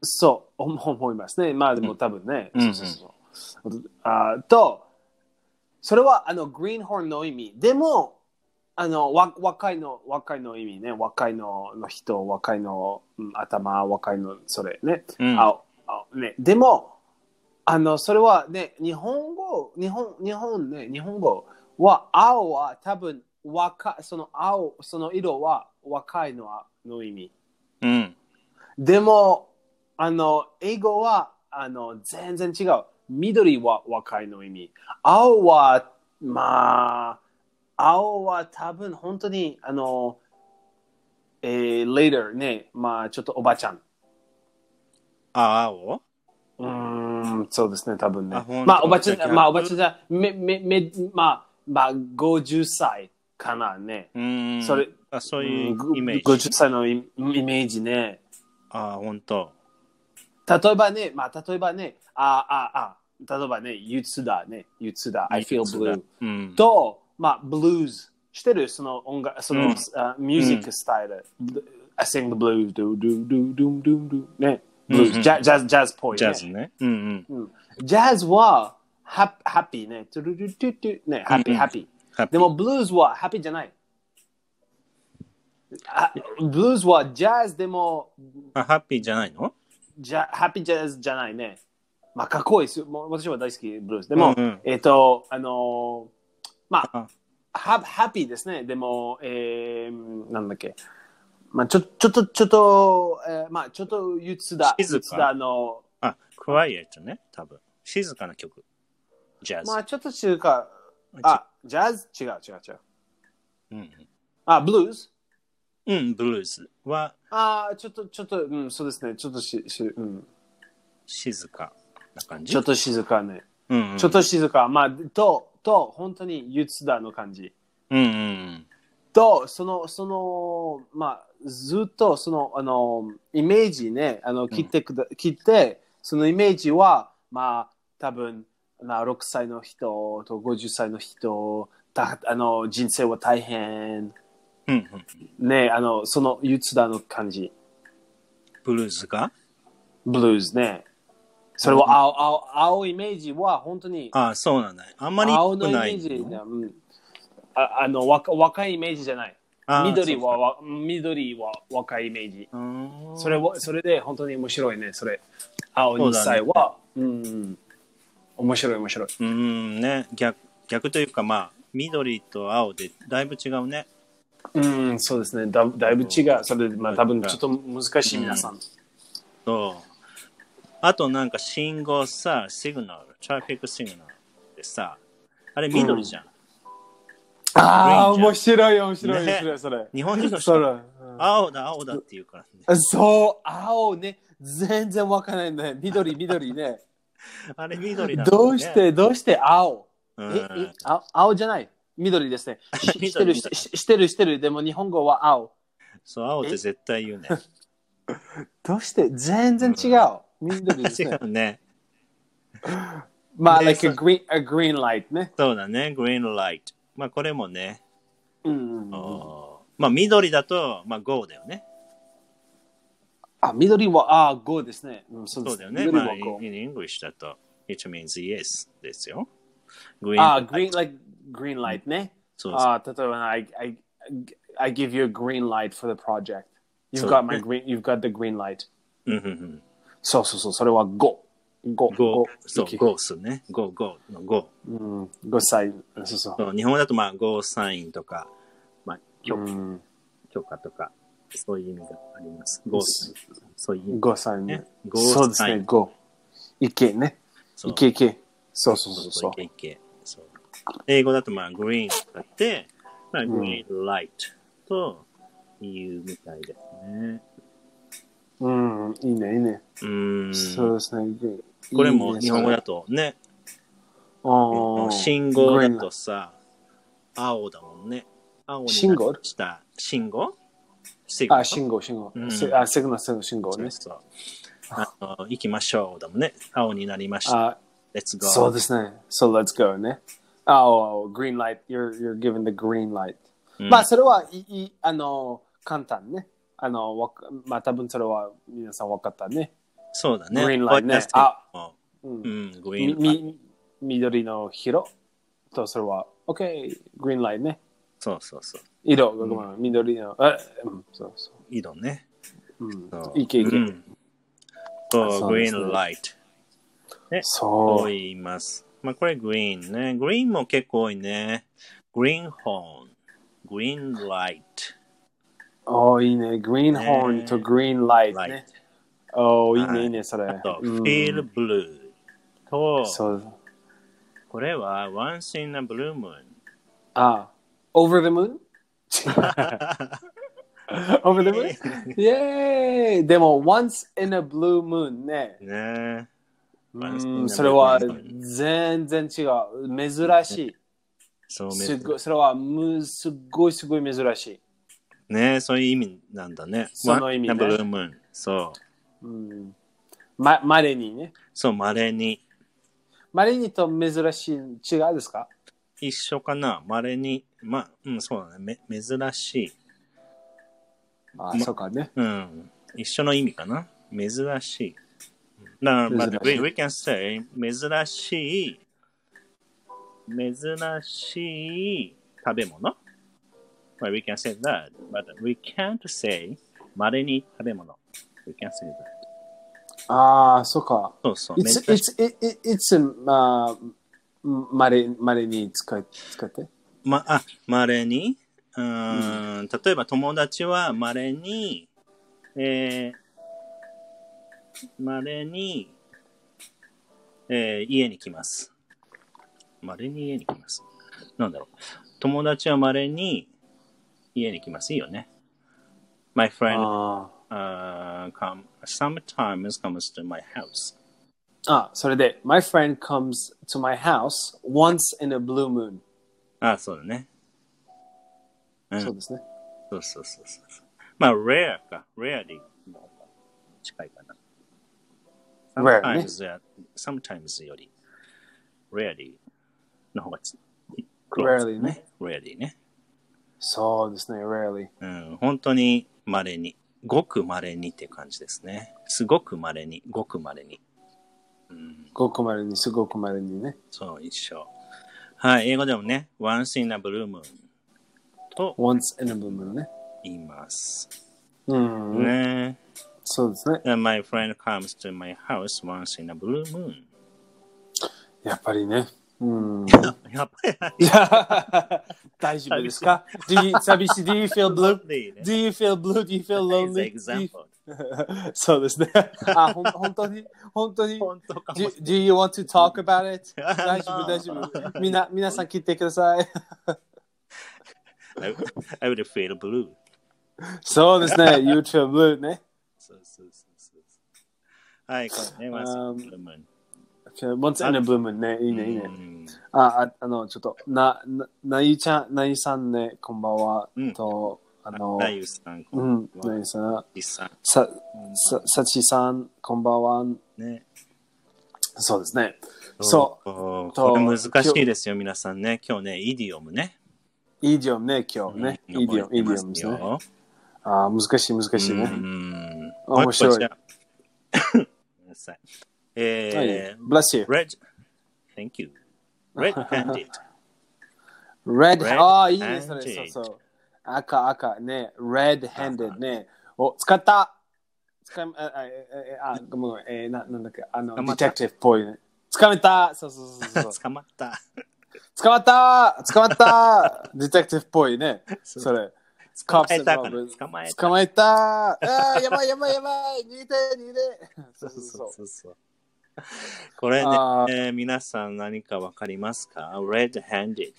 [SPEAKER 1] そう思思いますね。まあでも多分ね、
[SPEAKER 2] うん
[SPEAKER 1] そうそうそうあと、それはあのグリーンホーンの意味。でも、あのわ若いの若いの意味ね、若いのの人、若いの、うん頭、若いのそれね、
[SPEAKER 2] うん
[SPEAKER 1] 青青ね。でも、あのそれはね、日本語、日本日本ね、日本語は青は多分若いその青その色は若いのはの意味。
[SPEAKER 2] うん。
[SPEAKER 1] でも、あの、英語は、あの、全然違う。緑は若いの意味。青はまあ、青は多分本当に、あの、えー、later ね、まあちょっとおばちゃん。
[SPEAKER 2] あ、青
[SPEAKER 1] うーん、そうですね、多分ね
[SPEAKER 2] あ本。当
[SPEAKER 1] まあおばち
[SPEAKER 2] じゃ
[SPEAKER 1] ゃ
[SPEAKER 2] あ
[SPEAKER 1] ん、まあおばちゃんじゃ、め、め、め、まあ、まあ50歳かなね。
[SPEAKER 2] うーん。
[SPEAKER 1] それ
[SPEAKER 2] あ、そうい
[SPEAKER 1] うん
[SPEAKER 2] うイメージ。
[SPEAKER 1] 50歳のイイメージね。
[SPEAKER 2] あ、本当。
[SPEAKER 1] 例えばね、まあ例えばね、ああ、あ、例えばね、憂鬱だね、憂鬱だ、I feel
[SPEAKER 2] そうだ
[SPEAKER 1] blue。
[SPEAKER 2] うん。
[SPEAKER 1] と、まあ、ブルーズしてる、その音楽、その、
[SPEAKER 2] うん
[SPEAKER 1] あミュージックスタイル。I sing the blues, do, do, do, do, do, do, ね。ブルー
[SPEAKER 2] うんう
[SPEAKER 1] ズ、
[SPEAKER 2] ん
[SPEAKER 1] ジャジャズ、ジャズっぽい、ね。
[SPEAKER 2] ジャズね。うんうん。
[SPEAKER 1] うんジャズは、ハッハッピーね。トゥルルルトゥトゥね、ハッピ
[SPEAKER 2] う
[SPEAKER 1] ー、
[SPEAKER 2] ん
[SPEAKER 1] ハッピ
[SPEAKER 2] ハッ
[SPEAKER 1] ー。でも、ブルーズはハッピーじゃない。あブルーズはジャズでも、
[SPEAKER 2] あ、ハッピーじゃないの
[SPEAKER 1] じゃハッピージャズじゃないね。まあ、かっこいいですよ。もう私は大好き、ブルース。でも、
[SPEAKER 2] うんうん
[SPEAKER 1] えっ、と、あのーま
[SPEAKER 2] あ
[SPEAKER 1] あ、ハハッピーですね。でも、えー、なんだっけ。まあ、ちょ、ちょっと、ちょっと、えーまあ、ちょっと憂鬱だ。
[SPEAKER 2] 静
[SPEAKER 1] 憂
[SPEAKER 2] か
[SPEAKER 1] 鬱だの、
[SPEAKER 2] あ、クワイエットね。多分。静かな曲。ジャズ。
[SPEAKER 1] まあ、ちょっと違うか。あ、ジャズ違う、違う、違う。
[SPEAKER 2] うん
[SPEAKER 1] あ、ブルース
[SPEAKER 2] うん、うん、ブルーズは
[SPEAKER 1] あーちょっと、ちょっと、うん、そうですね。ちょっとし、しうん、
[SPEAKER 2] 静かな感じ。
[SPEAKER 1] ちょっと静かね。
[SPEAKER 2] うんうん、
[SPEAKER 1] ちょっと静か。まあ、と、と、本当に憂鬱だの感じ。
[SPEAKER 2] うんうんうん。
[SPEAKER 1] とそのそのまあずっとそのあのイメージねあの切ってくだ、切ってそのイメージはまあ多分な6歳の人と50歳の人たあの人生は大変
[SPEAKER 2] うんうん、
[SPEAKER 1] ねあのその憂鬱だの感じ
[SPEAKER 2] ブルーズが
[SPEAKER 1] ブルーズねそれは青青青イメージは本当に
[SPEAKER 2] ああ、そうなんだ。あんまり
[SPEAKER 1] 青のイ
[SPEAKER 2] 良く
[SPEAKER 1] メ
[SPEAKER 2] ない
[SPEAKER 1] ージ、うん、ああの若若いイメージじゃない
[SPEAKER 2] ああ
[SPEAKER 1] 緑
[SPEAKER 2] そう
[SPEAKER 1] はわ緑は若いイメージ
[SPEAKER 2] かうーん
[SPEAKER 1] それはそれで本当に面白いね、それ。青
[SPEAKER 2] そう
[SPEAKER 1] 2
[SPEAKER 2] だね
[SPEAKER 1] 歳は。うん。面白い、面白い。
[SPEAKER 2] うーんね逆逆というかまあ緑と青でだいぶ違うね
[SPEAKER 1] うん、そうですね。だだいぶ違う。それで、まあ多分ちょっと難しい、
[SPEAKER 2] うん
[SPEAKER 1] 皆さん。
[SPEAKER 2] そうあとなんか信号さシグナルトラフィックシグナルでさあれ緑じゃん、
[SPEAKER 1] あ
[SPEAKER 2] あー面
[SPEAKER 1] 白い、面
[SPEAKER 2] 白い面白
[SPEAKER 1] い、それ。
[SPEAKER 2] 日本人の
[SPEAKER 1] そ
[SPEAKER 2] 人
[SPEAKER 1] れ。
[SPEAKER 2] 青だ青だって言うからね
[SPEAKER 1] そう、青ね。全然わからないね。緑、緑 ね。
[SPEAKER 2] あれ緑だ、ね、
[SPEAKER 1] どうして、どうして青
[SPEAKER 2] う
[SPEAKER 1] え、
[SPEAKER 2] ん
[SPEAKER 1] え、あ青じゃない。緑 ですね。し
[SPEAKER 2] 緑
[SPEAKER 1] してる、しししてる、してる。でも日本語は青。
[SPEAKER 2] そう青って絶対言うね
[SPEAKER 1] どうして全然違う。緑です
[SPEAKER 2] 違
[SPEAKER 1] ね。
[SPEAKER 2] うね
[SPEAKER 1] まあ、
[SPEAKER 2] ね
[SPEAKER 1] like a
[SPEAKER 2] そう
[SPEAKER 1] green, a green light ね。
[SPEAKER 2] そうだねグリーンライトまあこれもね
[SPEAKER 1] うんうんうん、
[SPEAKER 2] おーまあ緑だとまあ GO だよね
[SPEAKER 1] あ、緑は、あ、5ですね。うん、そうで
[SPEAKER 2] そう
[SPEAKER 1] す
[SPEAKER 2] だよね。
[SPEAKER 1] 緑
[SPEAKER 2] ま
[SPEAKER 1] は
[SPEAKER 2] あ、
[SPEAKER 1] 5。
[SPEAKER 2] in English だと、it means yes ですよ。グリーン。
[SPEAKER 1] あ、green, like, green light ね。
[SPEAKER 2] そうそう
[SPEAKER 1] あ、例えば、I, I, I give you a green light for the project. You've
[SPEAKER 2] そうだ
[SPEAKER 1] got
[SPEAKER 2] ね
[SPEAKER 1] my green, you've got the green light.
[SPEAKER 2] うんうんうん。
[SPEAKER 1] そうそうそう、それは5。5、
[SPEAKER 2] go
[SPEAKER 1] 5、
[SPEAKER 2] そう、
[SPEAKER 1] OK
[SPEAKER 2] go っすね。go, go の go。
[SPEAKER 1] うん、5歳。そうそう。
[SPEAKER 2] そう日本だと、まあ、go サインとか、まあ、許可,、
[SPEAKER 1] うん、
[SPEAKER 2] 許可とか、そういう意味があります。go そういう意味。
[SPEAKER 1] 5歳ね
[SPEAKER 2] ね。go
[SPEAKER 1] そうです
[SPEAKER 2] サイ
[SPEAKER 1] ね、
[SPEAKER 2] ン。
[SPEAKER 1] 5。いけね。
[SPEAKER 2] そう
[SPEAKER 1] いけいけ。そうそう
[SPEAKER 2] そ
[SPEAKER 1] そうう
[SPEAKER 2] そ
[SPEAKER 1] そうう
[SPEAKER 2] い。けいけそう英語だと、まあ、グリーンだって、まあ、グリーンライトと言うみたいですね。
[SPEAKER 1] うん、いいね、いいね。
[SPEAKER 2] うん。
[SPEAKER 1] そうですね。
[SPEAKER 2] これも日本語
[SPEAKER 1] だ
[SPEAKER 2] だとね、
[SPEAKER 1] ああ
[SPEAKER 2] 信号だとさ、青だもんね。青に
[SPEAKER 1] 信号
[SPEAKER 2] した信号信
[SPEAKER 1] あ、信号、信号。
[SPEAKER 2] うん
[SPEAKER 1] せあ、セグナセグナ信号
[SPEAKER 2] そう
[SPEAKER 1] ね。
[SPEAKER 2] そうあの行きましょうだもんね。青になりました。
[SPEAKER 1] あ、
[SPEAKER 2] Let's go.
[SPEAKER 1] そうですね。So let's go ね。あ、お green light. You're, you're given the green light.
[SPEAKER 2] うん
[SPEAKER 1] まあ、それはいい、いあの、簡単ね。あの、わかまあ、多分それは皆さん分かったね。
[SPEAKER 2] そうだね。
[SPEAKER 1] グリーンラインね
[SPEAKER 2] あ、
[SPEAKER 1] う。
[SPEAKER 2] うんん、グ
[SPEAKER 1] み
[SPEAKER 2] リーンライン。
[SPEAKER 1] み緑の色とそれは、OK、green light ね。
[SPEAKER 2] そうそうそう。
[SPEAKER 1] 色、ごめん、緑の、あ、うん、そうそ
[SPEAKER 2] 色ね。
[SPEAKER 1] う。うん
[SPEAKER 2] そ、う
[SPEAKER 1] いけいけ。
[SPEAKER 2] うんそ、
[SPEAKER 1] そうう
[SPEAKER 2] グ
[SPEAKER 1] で
[SPEAKER 2] リ
[SPEAKER 1] すね
[SPEAKER 2] ーンライト
[SPEAKER 1] そ
[SPEAKER 2] と
[SPEAKER 1] う。
[SPEAKER 2] 言います。まあ、これグリーンね。グリーンも結構多いね。グリーンホーン。グリーンライト。
[SPEAKER 1] おいいね。グリーンホーンとグリーンライト
[SPEAKER 2] ライ
[SPEAKER 1] ね
[SPEAKER 2] ト。。
[SPEAKER 1] おいい
[SPEAKER 2] はい
[SPEAKER 1] ね、いいね、それ。
[SPEAKER 2] あと、
[SPEAKER 1] うん
[SPEAKER 2] feel blue と、
[SPEAKER 1] そう。
[SPEAKER 2] ここれは Once in a Blue Moon。
[SPEAKER 1] あ、Over ah, the Moon? Over the Moon? イェーイでも、Once in a Blue Moon ね。
[SPEAKER 2] ね
[SPEAKER 1] うー
[SPEAKER 2] Once in a Blue
[SPEAKER 1] ん、それは
[SPEAKER 2] Moon
[SPEAKER 1] 全然違う。珍しい。
[SPEAKER 2] そう
[SPEAKER 1] すっごいそれはむすっごいすごい珍しい。
[SPEAKER 2] ねそういう意味なんだね。
[SPEAKER 1] その意味ね
[SPEAKER 2] Once in a Blue Moon。そう。
[SPEAKER 1] うん、ままれにね。
[SPEAKER 2] そう、稀に。
[SPEAKER 1] まれにと珍しい違うですか
[SPEAKER 2] 一緒かな稀に。まあ、うん、そうだね。め珍しい。
[SPEAKER 1] あ、
[SPEAKER 2] ま
[SPEAKER 1] そうかね。
[SPEAKER 2] うん。一緒の意味かな珍しい。な、まあ、
[SPEAKER 1] 珍し
[SPEAKER 2] we,
[SPEAKER 1] い
[SPEAKER 2] we can say 珍しい、珍しい食べ物 Well, we can say that, but we can't say 稀に食べ物。We can say that.
[SPEAKER 1] ああ、そうか。
[SPEAKER 2] そうそう。
[SPEAKER 1] いつ、
[SPEAKER 2] 珍
[SPEAKER 1] い
[SPEAKER 2] しい
[SPEAKER 1] つ、いいいつ、まあ、まれ、まれに使い使って。
[SPEAKER 2] ま、あ、稀に、うーん、例えば友達は稀に、えー、稀に、えー、家に来ます。稀に家に来ます。なんだろう。友達は稀に家に来ます。いいよね。My friend,
[SPEAKER 1] あ
[SPEAKER 2] uh, come, sometimes comes to my house.
[SPEAKER 1] ーあ、それで、My friend comes to my house once in a blue moon、
[SPEAKER 2] あ、そうだね。うん
[SPEAKER 1] そうですね。
[SPEAKER 2] そうそうそうそうそう。まあ、rare か。rare で近いかな。
[SPEAKER 1] Rare ね
[SPEAKER 2] sometimes, や sometimes より rarely の方がつ
[SPEAKER 1] Rarely ね。
[SPEAKER 2] rarely ね。
[SPEAKER 1] そうですね、rarely。
[SPEAKER 2] うん、本当に稀に。ごく稀にっていう感じですね。すごく稀に。ごく稀に。
[SPEAKER 1] ごくまれに、すごくまれにね。
[SPEAKER 2] そう、一緒。はい、英語でもね、once in a blue moon と
[SPEAKER 1] once in a blue moon ね。
[SPEAKER 2] 言います。
[SPEAKER 1] うん、
[SPEAKER 2] ね
[SPEAKER 1] そうですね。
[SPEAKER 2] え。My friend comes to my house once in a blue moon.
[SPEAKER 1] やっぱりね。うん。
[SPEAKER 2] やっぱ
[SPEAKER 1] い
[SPEAKER 2] り。
[SPEAKER 1] や 大丈夫ですか do you, 寂しい Do you feel blue?
[SPEAKER 2] Lonely ね
[SPEAKER 1] Do you feel blue? Do you feel
[SPEAKER 2] As an
[SPEAKER 1] lonely? Do you-
[SPEAKER 2] example.
[SPEAKER 1] そうですね。あ、ほん本当に本当に
[SPEAKER 2] 本当かも
[SPEAKER 1] do, do you want to talk about it?
[SPEAKER 2] あ
[SPEAKER 1] 大 丈夫、大丈
[SPEAKER 2] no.
[SPEAKER 1] 夫。みな、皆さん聞いてください。
[SPEAKER 2] I I would feel blue.
[SPEAKER 1] そうですね。YouTube Blue ね。
[SPEAKER 2] そうそうそうそう。はい、これね、まず、
[SPEAKER 1] Um,
[SPEAKER 2] ブルームーン
[SPEAKER 1] Once in a blue moon ね。いいね、いいね。
[SPEAKER 2] うん
[SPEAKER 1] あ、ああの、ちょっと、な、な、なゆちゃん、なゆさんね、こんばんは
[SPEAKER 2] うん。
[SPEAKER 1] と、あの、
[SPEAKER 2] ダイユさん、
[SPEAKER 1] う
[SPEAKER 2] こん
[SPEAKER 1] ん、なゆさん、
[SPEAKER 2] りさん。
[SPEAKER 1] さ、さ、さちさん、こんばんは。
[SPEAKER 2] ね。。
[SPEAKER 1] そうですね。そう
[SPEAKER 2] こ
[SPEAKER 1] と
[SPEAKER 2] れ難しいですよ、皆さんね。今日ね、イディオムね。
[SPEAKER 1] う。イディオムね、今日ね。
[SPEAKER 2] うん
[SPEAKER 1] イディオム、イディオムですね。。ああ、難しい、難しい
[SPEAKER 2] 覚えてますよう
[SPEAKER 1] ね。
[SPEAKER 2] ん。
[SPEAKER 1] 面白い
[SPEAKER 2] もう一個じゃあごめんなさい。
[SPEAKER 1] はい
[SPEAKER 2] え。
[SPEAKER 1] Bless you.
[SPEAKER 2] ー、Red, thank you. Red-handed.
[SPEAKER 1] Red,
[SPEAKER 2] Red
[SPEAKER 1] ああ、いいね、それ。そ
[SPEAKER 2] handed
[SPEAKER 1] うそう。赤、赤、ね。Red handed ね。お、使った使い、あ、あああごめんごめん、えー、ななんだっけ、あの、デ
[SPEAKER 2] 捕ま
[SPEAKER 1] ィ
[SPEAKER 2] っ
[SPEAKER 1] テ
[SPEAKER 2] た
[SPEAKER 1] クティブっぽいね。掴めたそうそうそう そう。
[SPEAKER 2] 捕まった。
[SPEAKER 1] 捕まった捕まったディテクティブっぽいね。
[SPEAKER 2] そう
[SPEAKER 1] それ。
[SPEAKER 2] 捕まえた
[SPEAKER 1] Cops
[SPEAKER 2] か
[SPEAKER 1] and
[SPEAKER 2] な
[SPEAKER 1] robbers Eh,
[SPEAKER 2] 捕まえた。
[SPEAKER 1] 捕まえたああ、やばいやばいやばい逃げて逃げてそうそうそう。
[SPEAKER 2] そうそう。これね
[SPEAKER 1] あ、
[SPEAKER 2] えー皆さん何かわかりますか ?red-handed。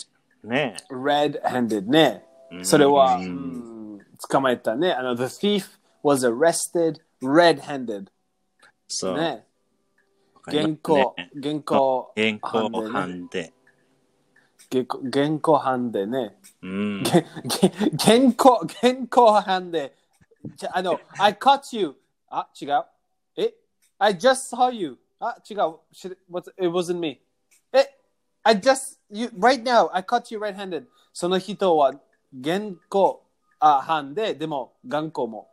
[SPEAKER 2] ね
[SPEAKER 1] Red handed ね。
[SPEAKER 2] うん
[SPEAKER 1] それは、
[SPEAKER 2] う
[SPEAKER 1] うんん、捕まえたね。あの、The thief was arrested red handed
[SPEAKER 2] そう。
[SPEAKER 1] ね。
[SPEAKER 2] わかりま
[SPEAKER 1] 現
[SPEAKER 2] すね
[SPEAKER 1] 行、現行
[SPEAKER 2] 現行
[SPEAKER 1] 犯でね。
[SPEAKER 2] 犯で。
[SPEAKER 1] 現行現行犯でね。
[SPEAKER 2] うん。
[SPEAKER 1] げげ現行、現行犯で。じゃあの、I caught you. あ、違う。え ?I just saw you. あ、違う。Should- what's- It wasn't me. え ?I just, you, right now, I caught you right-handed. その人は現行あ犯で、でも、頑固も。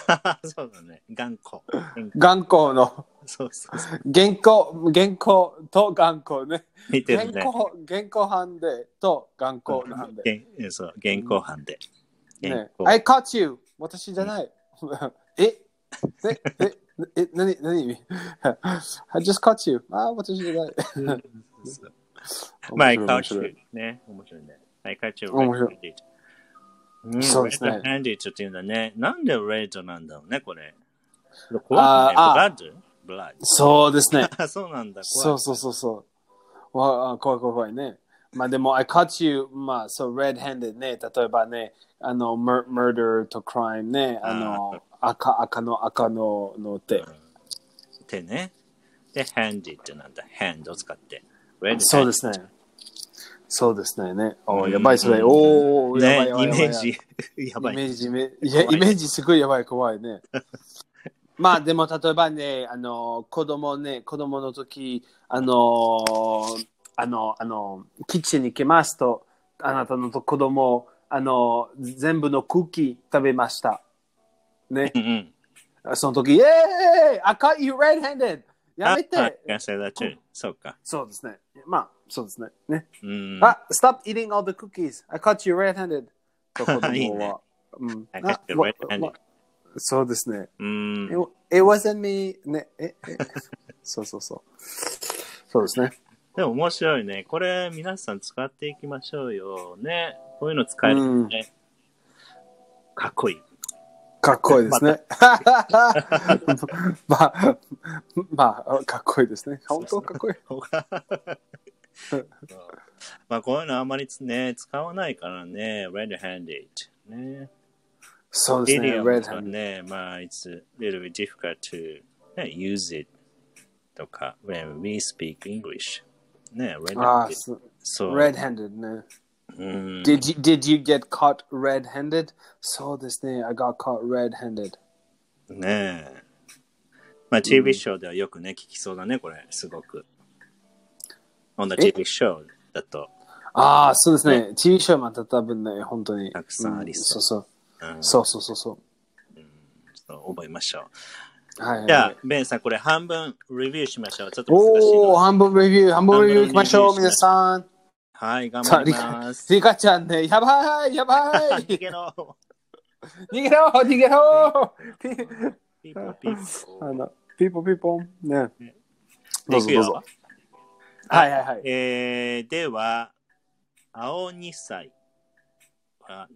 [SPEAKER 2] そうだね。頑固。頑固
[SPEAKER 1] 頑固の。
[SPEAKER 2] そうそうそう。
[SPEAKER 1] 原稿、原稿と眼光ね。
[SPEAKER 2] 見てる
[SPEAKER 1] 原
[SPEAKER 2] ね。
[SPEAKER 1] 稿、原稿犯でと眼光なんで。
[SPEAKER 2] 現そう現行犯で。現
[SPEAKER 1] ね
[SPEAKER 2] 行。、
[SPEAKER 1] I caught you! 私じゃない。 ええええ、なに、な に ?I just caught you! あ、私じゃない。
[SPEAKER 2] そう まあ、I
[SPEAKER 1] 面
[SPEAKER 2] caught
[SPEAKER 1] 白い
[SPEAKER 2] you。ね。面白いね。I caught you
[SPEAKER 1] 面白
[SPEAKER 2] red-handed。うん
[SPEAKER 1] そうですね
[SPEAKER 2] red-handed っていうんだね。なんで red なんだろうね、これ。
[SPEAKER 1] あーあ
[SPEAKER 2] 怖いね。blood? blood。
[SPEAKER 1] そうですね。
[SPEAKER 2] あ、そうなんだ。
[SPEAKER 1] そう
[SPEAKER 2] そ
[SPEAKER 1] そうそうそう。わあ怖い怖い怖いね。まあでも、I caught you, まあ、そう、red-handed ね。例えばね、あの、mur- murder と crime ね。あの、赤、赤の、赤の、の手。
[SPEAKER 2] 手ね。で、handy ってなんだ。hand を使って。red。
[SPEAKER 1] そうですすね。そうですね。ね。お
[SPEAKER 2] う
[SPEAKER 1] ー
[SPEAKER 2] ん
[SPEAKER 1] やばい、それ。おー、やばいや、ば
[SPEAKER 2] ね
[SPEAKER 1] い
[SPEAKER 2] イ
[SPEAKER 1] やばい。
[SPEAKER 2] メージ。やば
[SPEAKER 1] イ
[SPEAKER 2] い。
[SPEAKER 1] メージ、イメージいや、
[SPEAKER 2] 怖い
[SPEAKER 1] イメージすごいやばい、怖い ね。まあでも例えばね、あの、子供ね、子供の時、あの、あの、あの、キッチンに行きますと、あなたの子供、あの、全部のクッキー食べました。ね
[SPEAKER 2] う。んうん。
[SPEAKER 1] その時、イエーイ !I caught you red-handed! やめ
[SPEAKER 2] あ、はい
[SPEAKER 1] て
[SPEAKER 2] I said that too. そうか。
[SPEAKER 1] そうですね。まあ、そうですね。ね。
[SPEAKER 2] うん。
[SPEAKER 1] あ、stop Ah, eating all the cookies. I caught you red-handed. と子供は。
[SPEAKER 2] いいね
[SPEAKER 1] うん。
[SPEAKER 2] I caught you
[SPEAKER 1] あわ
[SPEAKER 2] red-handed. Mm.
[SPEAKER 1] わそうですね。
[SPEAKER 2] うん。
[SPEAKER 1] It, it wasn't me. eh, ね。え、 えそうそうそう。そうですね。
[SPEAKER 2] でも面白いね。これ皆さん使っていきましょうよ。ね。こういうの使える
[SPEAKER 1] うん
[SPEAKER 2] ね。かっこいい。
[SPEAKER 1] かっこいいですね。 まあ、まあ、かっこいいですね。本当かっこいい。
[SPEAKER 2] まあこういうのあんまりつね、使わないからね。red-handed。ね。
[SPEAKER 1] そうですね。
[SPEAKER 2] idiom
[SPEAKER 1] Red
[SPEAKER 2] とか
[SPEAKER 1] Hand。
[SPEAKER 2] ね。まあ、it's a little bit difficult to、ね、use it とか、when we speak English。ね、
[SPEAKER 1] ああ
[SPEAKER 2] red-handed。
[SPEAKER 1] そう、
[SPEAKER 2] そう。
[SPEAKER 1] Ah, red-handed ね。
[SPEAKER 2] うん。
[SPEAKER 1] Did you, did you get caught red-handed? そうですね。I got caught red-handed.
[SPEAKER 2] ねえ。まあ TV ショーではよくね、聞きそうだね、これ、すごく。こんな TV ショーだと、
[SPEAKER 1] ああ、そうですね。TV ショーも多分ね、本当に。
[SPEAKER 2] たくさんあり
[SPEAKER 1] そ
[SPEAKER 2] そう
[SPEAKER 1] うそう。
[SPEAKER 2] うん、
[SPEAKER 1] そうそうそうそ
[SPEAKER 2] そう覚えましょ。
[SPEAKER 1] う。はいはいうはい。
[SPEAKER 2] じゃあ、ベンさん、これ半分レビューしましょう。ちょっと難しい
[SPEAKER 1] おお、
[SPEAKER 2] の。
[SPEAKER 1] 半分レビュー、半分レビュー行きましょう、
[SPEAKER 2] 半分レビュー
[SPEAKER 1] 皆
[SPEAKER 2] し
[SPEAKER 1] さん。
[SPEAKER 2] はい、頑
[SPEAKER 1] さ
[SPEAKER 2] 張
[SPEAKER 1] あ、
[SPEAKER 2] り
[SPEAKER 1] リ
[SPEAKER 2] ま
[SPEAKER 1] カ
[SPEAKER 2] す。
[SPEAKER 1] リカちゃんね、やばい、やばい、逃
[SPEAKER 2] 逃げろ
[SPEAKER 1] げろ、逃げろ。ピ
[SPEAKER 2] ピポピ
[SPEAKER 1] あ
[SPEAKER 2] ポ。
[SPEAKER 1] のピポピポン、ね。どう
[SPEAKER 2] い
[SPEAKER 1] ぞど
[SPEAKER 2] く
[SPEAKER 1] う
[SPEAKER 2] よ
[SPEAKER 1] ぞ。。はいはいはい。
[SPEAKER 2] えー、では、青2歳。あ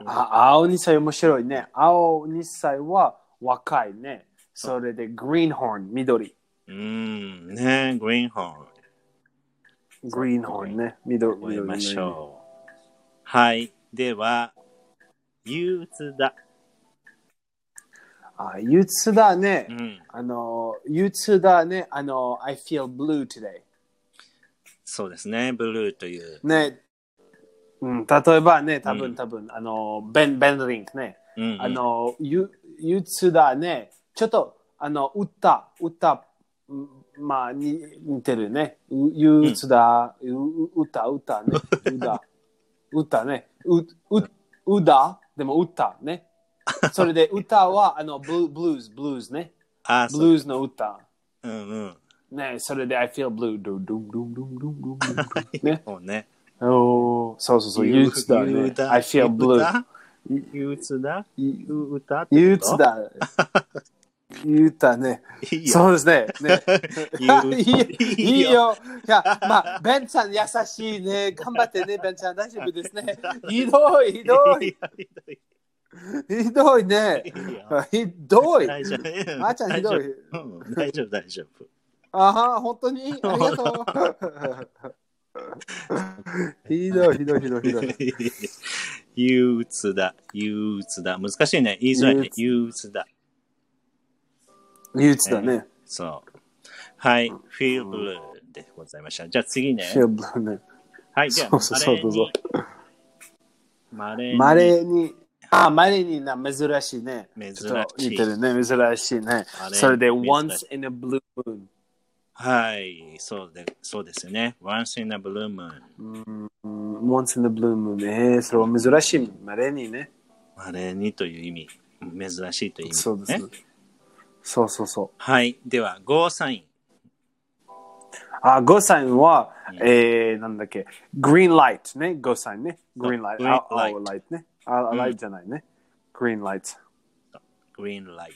[SPEAKER 2] うん
[SPEAKER 1] あ、青二歳面白いね。青二歳は若いね。それで、グリーンホーン、緑。
[SPEAKER 2] うん、ねグリーンホーン。
[SPEAKER 1] グリーンホーンね、緑。
[SPEAKER 2] 覚えまし
[SPEAKER 1] 緑ね
[SPEAKER 2] ょう。はい。では、憂鬱だ。
[SPEAKER 1] あ、憂鬱だね
[SPEAKER 2] う。ん。
[SPEAKER 1] あの、憂鬱だね。あの、I feel blue today。
[SPEAKER 2] そうですね。ブルーという。
[SPEAKER 1] ね、うん、例えばね、多
[SPEAKER 2] うん
[SPEAKER 1] 分多分、あの、ベン、ベンリンクね、
[SPEAKER 2] うんうん
[SPEAKER 1] あの、ゆ憂鬱だね、ちょっと、あの、歌、歌、うんまあ、に似てるね、う憂鬱だ、うう歌、歌ね、 歌、歌ね、う、う、うだ、でも歌ね。そ れで歌は、あの、ブルブルーズ、ブルーズね、
[SPEAKER 2] あ、
[SPEAKER 1] ブ
[SPEAKER 2] そ
[SPEAKER 1] ル
[SPEAKER 2] う。
[SPEAKER 1] ーズの歌。
[SPEAKER 2] うんうん。
[SPEAKER 1] ね、それで I feel blue, ドゥンドゥンドゥンドゥンドゥンドゥンドゥンドゥン ね。
[SPEAKER 2] そうね。
[SPEAKER 1] おーそうそうそう、憂鬱だ
[SPEAKER 2] 憂
[SPEAKER 1] ね
[SPEAKER 2] 鬱。だ
[SPEAKER 1] I feel blue.
[SPEAKER 2] 憂鬱だ
[SPEAKER 1] い
[SPEAKER 2] 憂鬱だ
[SPEAKER 1] 憂鬱。だ。憂鬱だね。
[SPEAKER 2] いい よ。
[SPEAKER 1] そうですね。ね
[SPEAKER 2] 憂
[SPEAKER 1] いいよ
[SPEAKER 2] 鬱
[SPEAKER 1] いい。よ。いや、まあ、ベンさん優しいね。頑張ってね、ベンさん。大丈夫です ね。ひどい、ひ
[SPEAKER 2] ひど
[SPEAKER 1] どい
[SPEAKER 2] い。、ひどい
[SPEAKER 1] ひどいね。
[SPEAKER 2] いいよ
[SPEAKER 1] ひどい。
[SPEAKER 2] 大丈夫。
[SPEAKER 1] あーちゃんひどい
[SPEAKER 2] 大丈夫。うん大丈夫、大丈夫。
[SPEAKER 1] ああ、本当にありがと う。ひどい、ひどい、ひどい、ひどい。
[SPEAKER 2] 憂鬱だ、憂鬱だ。難しいね。言いづらいね。憂鬱だ。
[SPEAKER 1] 憂鬱だね。
[SPEAKER 2] そう。はい。feel blue でございました。じゃあ次ね。
[SPEAKER 1] feel blue ね。
[SPEAKER 2] はい。じゃあ、
[SPEAKER 1] そうそうそうどうぞ
[SPEAKER 2] まれに。
[SPEAKER 1] ま
[SPEAKER 2] まれに。
[SPEAKER 1] れに、あ、まれにな、珍しいね。
[SPEAKER 2] 珍しい
[SPEAKER 1] ちょっと似てるね、珍しいね
[SPEAKER 2] まれ。に
[SPEAKER 1] それで、
[SPEAKER 2] 珍しい
[SPEAKER 1] once in a blue moon。
[SPEAKER 2] はい。そうで、そうですよね。once in a blue moon。
[SPEAKER 1] うん、once in a blue moon。えー、それは珍しい。まれにね。
[SPEAKER 2] まれにという意味。珍しいという意味、
[SPEAKER 1] そうですね。。そうそうそう。
[SPEAKER 2] はい。では、ゴーサイン。
[SPEAKER 1] あ、ゴーサインは、
[SPEAKER 2] うん
[SPEAKER 1] えー、なんだっけ、グリーンライトね、ゴーサインね。グリーンライト。
[SPEAKER 2] そう
[SPEAKER 1] 青
[SPEAKER 2] green light
[SPEAKER 1] 青ライトね。あ、
[SPEAKER 2] ん
[SPEAKER 1] ライトじゃないね。グリーンライト。
[SPEAKER 2] グリーンライ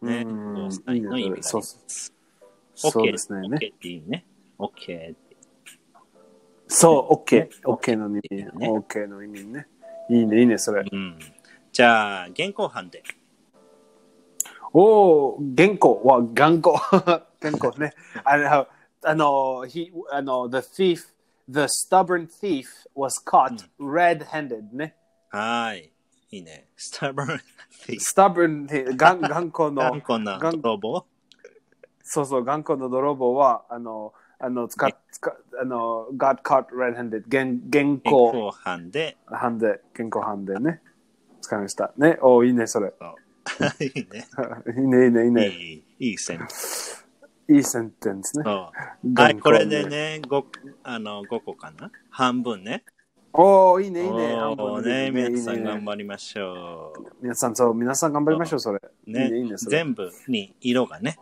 [SPEAKER 2] ト。ね。ゴ
[SPEAKER 1] うん
[SPEAKER 2] ーサインの意味があります
[SPEAKER 1] そうそうそうですね。
[SPEAKER 2] オッ
[SPEAKER 1] ね
[SPEAKER 2] ケーっていうね。オッケ
[SPEAKER 1] そう、OK。OK の意味。
[SPEAKER 2] ね
[SPEAKER 1] OK の意味ね。いいね、いいね、それ。
[SPEAKER 2] ー。うん。じゃあ、現行犯で。
[SPEAKER 1] おお、原稿は頑固。頑固ね。あの、あの、he, あの、the thief, the stubborn thief was caught red-handed ね。
[SPEAKER 2] はい。いいね。スタバル
[SPEAKER 1] stubborn, thief 頑頑固の
[SPEAKER 2] 頑、固な
[SPEAKER 1] 頑
[SPEAKER 2] 泥棒。
[SPEAKER 1] そうそう、頑固の泥棒は、あの、あの、つか、つか、あの、got caught red-handed、現、現行
[SPEAKER 2] 後半で。
[SPEAKER 1] 犯で、現行犯でね、使いました。ね、おいいね、それ。
[SPEAKER 2] そういいね。
[SPEAKER 1] いいね、いいね、いいね。
[SPEAKER 2] いい、いい線。
[SPEAKER 1] いいセンテンスね。
[SPEAKER 2] そう。は
[SPEAKER 1] 頑固
[SPEAKER 2] い、これでね、ご、あの、5個かな半分ね。
[SPEAKER 1] おおいいね、いいね。半
[SPEAKER 2] お
[SPEAKER 1] 分
[SPEAKER 2] ー
[SPEAKER 1] でい
[SPEAKER 2] ね、
[SPEAKER 1] いねいいね
[SPEAKER 2] 皆さん頑張りましょ
[SPEAKER 1] 皆さん、そう、皆さん頑張りましょう、それ。
[SPEAKER 2] う。ね
[SPEAKER 1] いいね、いいね、それ。
[SPEAKER 2] 全部に色がね、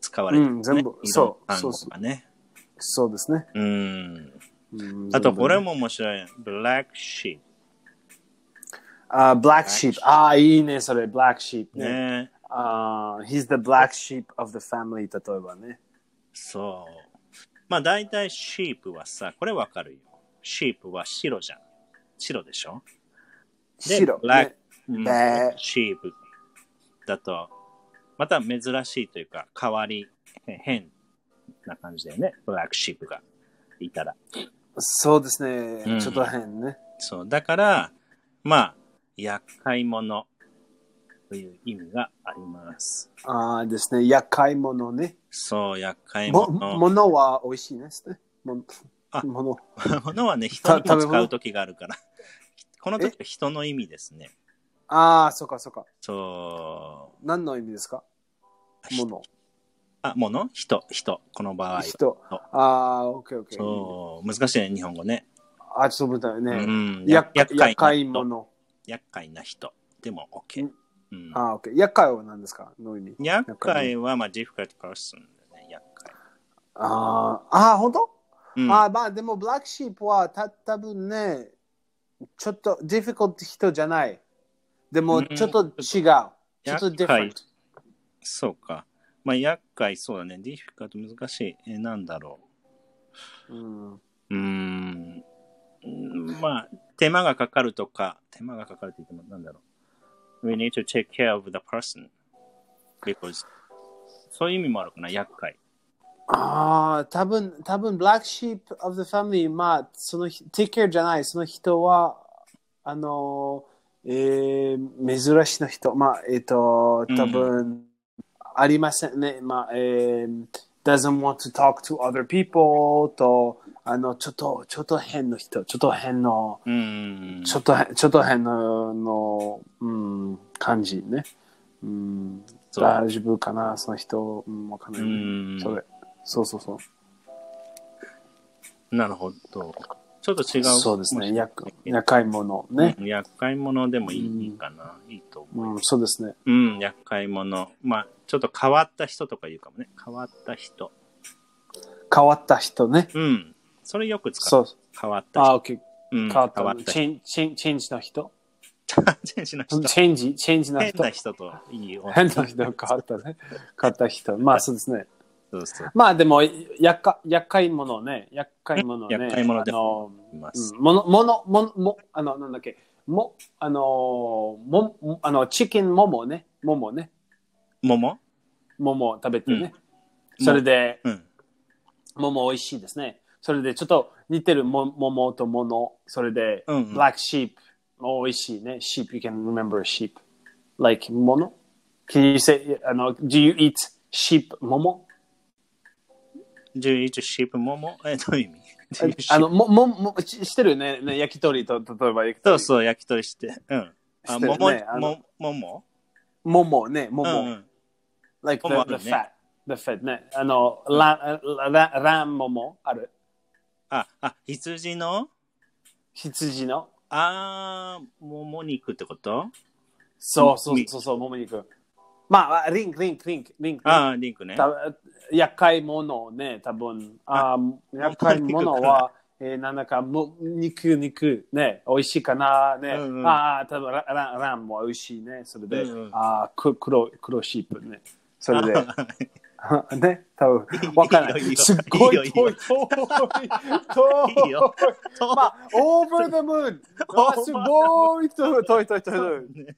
[SPEAKER 2] 使われてる、ね。
[SPEAKER 1] うん全部そ
[SPEAKER 2] 色
[SPEAKER 1] うそう
[SPEAKER 2] 暗号がね。
[SPEAKER 1] そうですね。
[SPEAKER 2] うん。
[SPEAKER 1] うん
[SPEAKER 2] あと、これ。も面白い。ブラックシ
[SPEAKER 1] あ、black sheep。ああ、いいね、それ、black sheep
[SPEAKER 2] ープ。ね。
[SPEAKER 1] ね。ああ、he's the black sheep of the family、例えばね。
[SPEAKER 2] そう。まあ、大体、シープはさ、これわかるよ。シープは白じゃん。白でしょで
[SPEAKER 1] 白。
[SPEAKER 2] ブラッ
[SPEAKER 1] ね
[SPEAKER 2] クうん
[SPEAKER 1] ブラック
[SPEAKER 2] シープだと、また珍しいというか、変わり、へ変な感じだよね。ブラックシープがいたら。
[SPEAKER 1] そうですね
[SPEAKER 2] う。ん
[SPEAKER 1] ちょっと変ね。
[SPEAKER 2] そう。だから、まあ、厄介者という意味があります。
[SPEAKER 1] ああですね。厄介者ね。
[SPEAKER 2] そう、厄介
[SPEAKER 1] も、
[SPEAKER 2] 者。
[SPEAKER 1] 物は美味しいですね。も
[SPEAKER 2] あ
[SPEAKER 1] 物。
[SPEAKER 2] 物はね、人
[SPEAKER 1] た
[SPEAKER 2] にも
[SPEAKER 1] 食べ
[SPEAKER 2] 使
[SPEAKER 1] 物
[SPEAKER 2] う時があ るから。この時は人の意味ですね。
[SPEAKER 1] ああ、そうかそうか。
[SPEAKER 2] そう。
[SPEAKER 1] 何の意味ですか物。
[SPEAKER 2] あ、もの人、人、この場合は。
[SPEAKER 1] 人。ああ、オッケーオッケー。
[SPEAKER 2] そう、難しいね、日本語ね。
[SPEAKER 1] あ、ちょっと待って
[SPEAKER 2] う
[SPEAKER 1] ね。
[SPEAKER 2] ん、
[SPEAKER 1] や
[SPEAKER 2] や
[SPEAKER 1] 厄
[SPEAKER 2] 厄
[SPEAKER 1] 介
[SPEAKER 2] 介な人。
[SPEAKER 1] 者。
[SPEAKER 2] 厄介な人。でも、OK。うん。
[SPEAKER 1] あ、オッケー。厄介は何ですかの意味。
[SPEAKER 2] 厄介は、まあ、difficult person だね、厄介。
[SPEAKER 1] あーあー、本当、
[SPEAKER 2] うん、
[SPEAKER 1] ああ、まあでも、ブラックシープはた多分ね、ちょっと difficult 人じゃない。でも、
[SPEAKER 2] うん
[SPEAKER 1] ちょっと違う。ちょっと
[SPEAKER 2] 厄介
[SPEAKER 1] different。
[SPEAKER 2] そうか。まあ、厄介、そうだね。difficult 難しい。え、なんだろ
[SPEAKER 1] うん、
[SPEAKER 2] う。うーん。うんまあ、手間がかかるとか、手間がかかるって言っても、なんだろう。We need to take care of the person. Because, そういう意味もあるかな、厄介。
[SPEAKER 1] ああ、多分、多分、ブラックシープ of the family、まあ、その、take care じゃない、その人は、あの、えー、珍しいの人、まあ、えっ、と、多分、ありませんね、まあ、えー、doesn't want to talk to other people と、あの、ちょっと、ちょっと変の人、ちょっと変の、
[SPEAKER 2] うん。
[SPEAKER 1] ちょっと変、ちょっと変の、の、うん、感じね。うん、
[SPEAKER 2] そう
[SPEAKER 1] 大丈夫かな、その人、うん、わかんない。
[SPEAKER 2] うん
[SPEAKER 1] それ。そうそうそう。
[SPEAKER 2] なるほど。ちょっと違う。
[SPEAKER 1] そうですね。厄
[SPEAKER 2] 厄
[SPEAKER 1] 厄介者
[SPEAKER 2] 介。
[SPEAKER 1] ね。
[SPEAKER 2] うん厄介者でもいい,、
[SPEAKER 1] うん
[SPEAKER 2] かな。いいと思
[SPEAKER 1] うん、そうですね。
[SPEAKER 2] う。うん、厄介者。まあ、ちょっと変わった人とか言うかもね。変わった人。
[SPEAKER 1] 変わった人ね。
[SPEAKER 2] うん。それよく使。
[SPEAKER 1] そうう。
[SPEAKER 2] 変わった人。
[SPEAKER 1] あ、オッケー。
[SPEAKER 2] うん、
[SPEAKER 1] 変わった。チ
[SPEAKER 2] 人。
[SPEAKER 1] ェン、チェン、チェンジの人。
[SPEAKER 2] チェンジの
[SPEAKER 1] チ
[SPEAKER 2] 人。
[SPEAKER 1] ェンジ、チェンジの
[SPEAKER 2] 変
[SPEAKER 1] 人
[SPEAKER 2] な。人といい 女。
[SPEAKER 1] 変な人変わったね。変わった人。まあそうですね。
[SPEAKER 2] そうそう。
[SPEAKER 1] まあでも、厄介、厄介者ね。厄介者ね。
[SPEAKER 2] うん厄介者で
[SPEAKER 1] あの、
[SPEAKER 2] いま
[SPEAKER 1] う
[SPEAKER 2] す。
[SPEAKER 1] んもの、もの、もの、も、あの、なんだっけ。も、あの、も、もあの、チキンももね。ももね。
[SPEAKER 2] 桃
[SPEAKER 1] もも食べてね。
[SPEAKER 2] うん
[SPEAKER 1] それで、
[SPEAKER 2] うん。
[SPEAKER 1] 桃美味しいですね。それでちょっと似てるも桃と物。それで、
[SPEAKER 2] うんうん
[SPEAKER 1] black sheep も美味しいね。sheep, you can remember sheep. Like 物 Can you say, あの、do you eat sheep 桃
[SPEAKER 2] 11シープ桃え、どういう意味
[SPEAKER 1] あの、も、も、も、ししてるね。ね焼き鳥と、例えば焼き
[SPEAKER 2] そ
[SPEAKER 1] 鳥。
[SPEAKER 2] うそう、焼き鳥して。うん。あ、
[SPEAKER 1] してるね
[SPEAKER 2] 桃、
[SPEAKER 1] あの
[SPEAKER 2] も桃
[SPEAKER 1] 桃ね、
[SPEAKER 2] う
[SPEAKER 1] 桃。
[SPEAKER 2] んうん。
[SPEAKER 1] like the,
[SPEAKER 2] 桃ある
[SPEAKER 1] the
[SPEAKER 2] ね
[SPEAKER 1] fat. The fat ね。あの、ラン、ラン、ラン桃ある。
[SPEAKER 2] あ、あ、羊の
[SPEAKER 1] 羊の。
[SPEAKER 2] あー、もも肉ってこと
[SPEAKER 1] そうそうそうそう、もも肉。まあ、リンク、リンク、リンク、リンク。
[SPEAKER 2] あー、リンクね。
[SPEAKER 1] た厄介者ね、多分。あ厄介者 は、えー、なんだか、も肉、肉、ね、美味しいかな、ね。
[SPEAKER 2] うんうん
[SPEAKER 1] ああ、多分ララランも美味しいね。それで、
[SPEAKER 2] うんうん
[SPEAKER 1] ああ、く黒、黒シープね。そ れで、
[SPEAKER 2] あ
[SPEAKER 1] ね、多分わからない
[SPEAKER 2] いいよいいよ
[SPEAKER 1] すっごい
[SPEAKER 2] いい
[SPEAKER 1] 遠
[SPEAKER 2] よ
[SPEAKER 1] い、遠い、遠い。
[SPEAKER 2] いいよ
[SPEAKER 1] まあ、over the moon! あすごい遠い、遠い、遠い。遠い
[SPEAKER 2] ね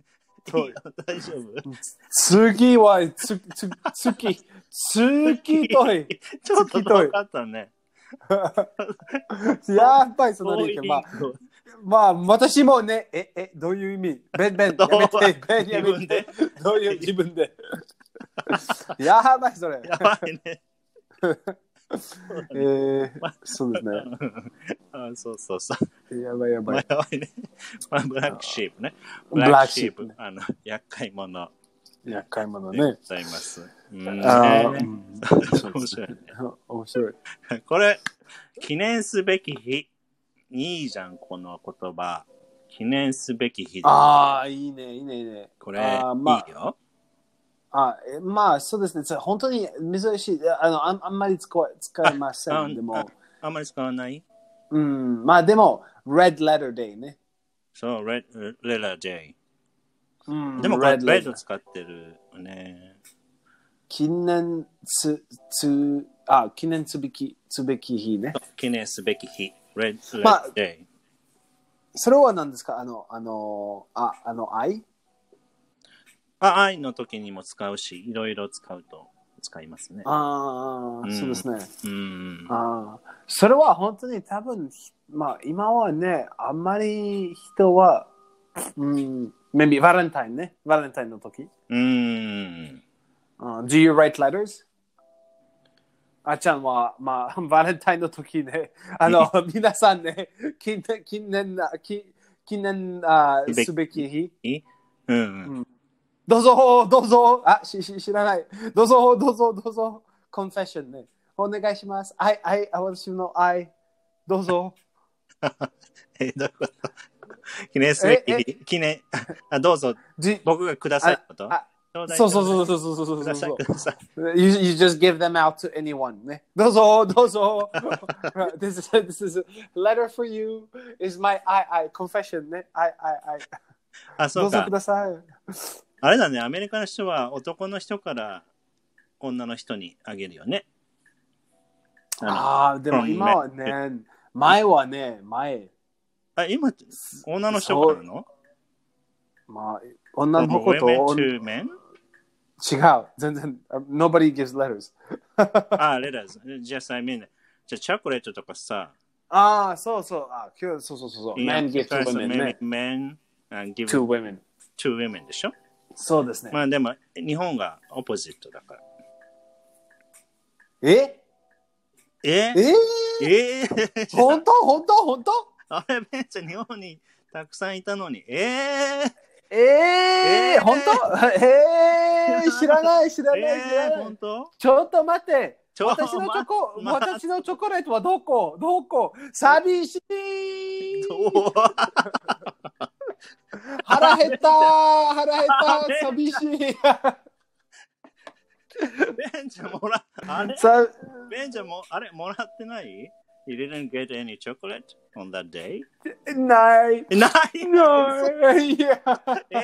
[SPEAKER 1] そうよ
[SPEAKER 2] 大丈夫
[SPEAKER 1] 次は、つ、つ、月、月とい。
[SPEAKER 2] ちょっと遠かったね。
[SPEAKER 1] やっぱりその
[SPEAKER 2] 遠
[SPEAKER 1] 意
[SPEAKER 2] い
[SPEAKER 1] 見。まあ、まあ、私もね、え、え、どういう意味ベン、ベン、やめ
[SPEAKER 2] どう
[SPEAKER 1] て、ベン、やめて。どういう、自分で。やばい、それ。
[SPEAKER 2] やばいね。
[SPEAKER 1] えー、そうですね。
[SPEAKER 2] あそうそうそう。
[SPEAKER 1] やばいや
[SPEAKER 2] ま
[SPEAKER 1] ば
[SPEAKER 2] あ
[SPEAKER 1] い。
[SPEAKER 2] やばいね。まあ、ブラックシープね。
[SPEAKER 1] ブラックシープね
[SPEAKER 2] あの、厄介者
[SPEAKER 1] 厄介者
[SPEAKER 2] で
[SPEAKER 1] ね
[SPEAKER 2] ご。ざいます。うん
[SPEAKER 1] あ
[SPEAKER 2] ね
[SPEAKER 1] ー
[SPEAKER 2] 面白いね。
[SPEAKER 1] 面白い。
[SPEAKER 2] これ、記念すべき日。いいじゃん、この言葉。記念すべき日。
[SPEAKER 1] ああ、いいね、いいね、いいね。
[SPEAKER 2] これ、
[SPEAKER 1] あーま
[SPEAKER 2] いいよ。
[SPEAKER 1] あ、えまあ、そうですね。そう本当に珍しい。あの、あんあんまり使わ使いませ
[SPEAKER 2] ああ
[SPEAKER 1] ん。でも、
[SPEAKER 2] あんまり使わない
[SPEAKER 1] うん、まあでも、Red Letter Day ね。
[SPEAKER 2] そう、レレラ J。
[SPEAKER 1] うん
[SPEAKER 2] でもこれ、
[SPEAKER 1] Red
[SPEAKER 2] レッ
[SPEAKER 1] Letter
[SPEAKER 2] ド使ってるね。
[SPEAKER 1] 記念す、つ、あ、記念すべき、すべき日ね。
[SPEAKER 2] 記念すべき日。レッド
[SPEAKER 1] まあ
[SPEAKER 2] J。
[SPEAKER 1] それは何ですかあの、あの、あ、あの、愛
[SPEAKER 2] あ、愛の時にも使うし、いろいろ使うと使いますね。
[SPEAKER 1] ああ、そうですね。
[SPEAKER 2] うん。
[SPEAKER 1] ああ、それは本当に多分、まあ今はね、あんまり人は、うん、maybe バレンタインね、バレンタインの時。
[SPEAKER 2] うん。
[SPEAKER 1] うん Do you write letters? あっちゃんは、まあ、 バレンタインの時 ね、あの、皆さんね、近年、近年、近近年あ
[SPEAKER 2] すべき
[SPEAKER 1] すべき日。
[SPEAKER 2] うん。
[SPEAKER 1] どうぞ、どうぞ、あ、し、し、知らない。どうぞ、どうぞ、どうぞ、コンフェッションね。お願いします。愛、愛、私の愛。どうぞ。
[SPEAKER 2] え、どういうこと記念すべき
[SPEAKER 1] え
[SPEAKER 2] 日。記念。 あ、どうぞ、
[SPEAKER 1] じ
[SPEAKER 2] 僕がくださいってこと
[SPEAKER 1] あ
[SPEAKER 2] ちょだい
[SPEAKER 1] そうそう
[SPEAKER 2] ちょ
[SPEAKER 1] そうそうそうそうう
[SPEAKER 2] だ
[SPEAKER 1] そ
[SPEAKER 2] い
[SPEAKER 1] そ
[SPEAKER 2] う
[SPEAKER 1] う
[SPEAKER 2] く。ださい、ください。
[SPEAKER 1] You, you just give them out to anyone. Eh? ね。どうぞ、どう ぞ。this, is, this is a letter for you. Is my I, I confession ね。I, I, I.
[SPEAKER 2] あ、そ
[SPEAKER 1] ど
[SPEAKER 2] う
[SPEAKER 1] うぞ
[SPEAKER 2] か
[SPEAKER 1] く。ださい。
[SPEAKER 2] あれだね、アメリカの人は男の人から女の人にあげるよね。あ
[SPEAKER 1] ああ、でも今はね、前はね、前。
[SPEAKER 2] のあ今、女の人からなの
[SPEAKER 1] まあ、女の子と
[SPEAKER 2] From
[SPEAKER 1] 女
[SPEAKER 2] women to men?
[SPEAKER 1] 違う。全然、nobody um, gives letters.
[SPEAKER 2] あ、レラズ。Just I mean, じゃあチョコレートとかさ、
[SPEAKER 1] ああ、そうそう。あ今日、そうそうそうそう。men give to women ね。
[SPEAKER 2] men, men give
[SPEAKER 1] to
[SPEAKER 2] to
[SPEAKER 1] women. eh?
[SPEAKER 2] women でしょ
[SPEAKER 1] そうですね。
[SPEAKER 2] まあでも、日本がオポジットだから。
[SPEAKER 1] え
[SPEAKER 2] え
[SPEAKER 1] え
[SPEAKER 2] え
[SPEAKER 1] ー、本当本当本当
[SPEAKER 2] あれめっちゃ日本にたくさんいたのに。えー、
[SPEAKER 1] え
[SPEAKER 2] え
[SPEAKER 1] え
[SPEAKER 2] ー
[SPEAKER 1] ー、本当 ええー、知ら ない、知らない、知ら
[SPEAKER 2] えー、
[SPEAKER 1] ない
[SPEAKER 2] 本。当
[SPEAKER 1] ちょっと待って。
[SPEAKER 2] ちょ
[SPEAKER 1] 私のチョコ、
[SPEAKER 2] まま
[SPEAKER 1] 私のチョコレートはどこどこ寂しい
[SPEAKER 2] どう
[SPEAKER 1] 腹減 った腹減っ
[SPEAKER 2] あれ
[SPEAKER 1] た寂し い
[SPEAKER 2] ベンちゃん もら、あれ
[SPEAKER 1] さ
[SPEAKER 2] ベンちゃんも、あれもらってない ?You didn't get any chocolate on that day?
[SPEAKER 1] ない
[SPEAKER 2] ない
[SPEAKER 1] ないいや
[SPEAKER 2] え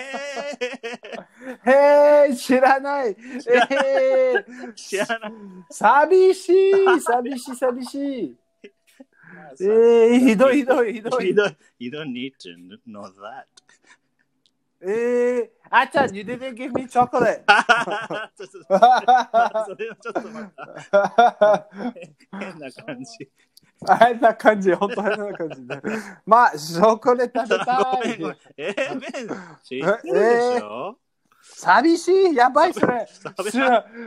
[SPEAKER 1] へえ、知らないええ
[SPEAKER 2] ー、知らない。
[SPEAKER 1] 寂しい寂しい寂し いえ えひどいひどいひどい
[SPEAKER 2] You don't, you don't need to know that.
[SPEAKER 1] ええあっちゃん、you didn't give me chocolate.
[SPEAKER 2] ちょっとそれはちょっとまた変な感じ。
[SPEAKER 1] あんな感じ、本当あんな感じね。まあ、チョコレート食べ
[SPEAKER 2] ごめんご
[SPEAKER 1] た
[SPEAKER 2] めん
[SPEAKER 1] い。。
[SPEAKER 2] えー、ベン、知ってるでしょ、
[SPEAKER 1] 寂しい、やばい、それ。
[SPEAKER 2] べ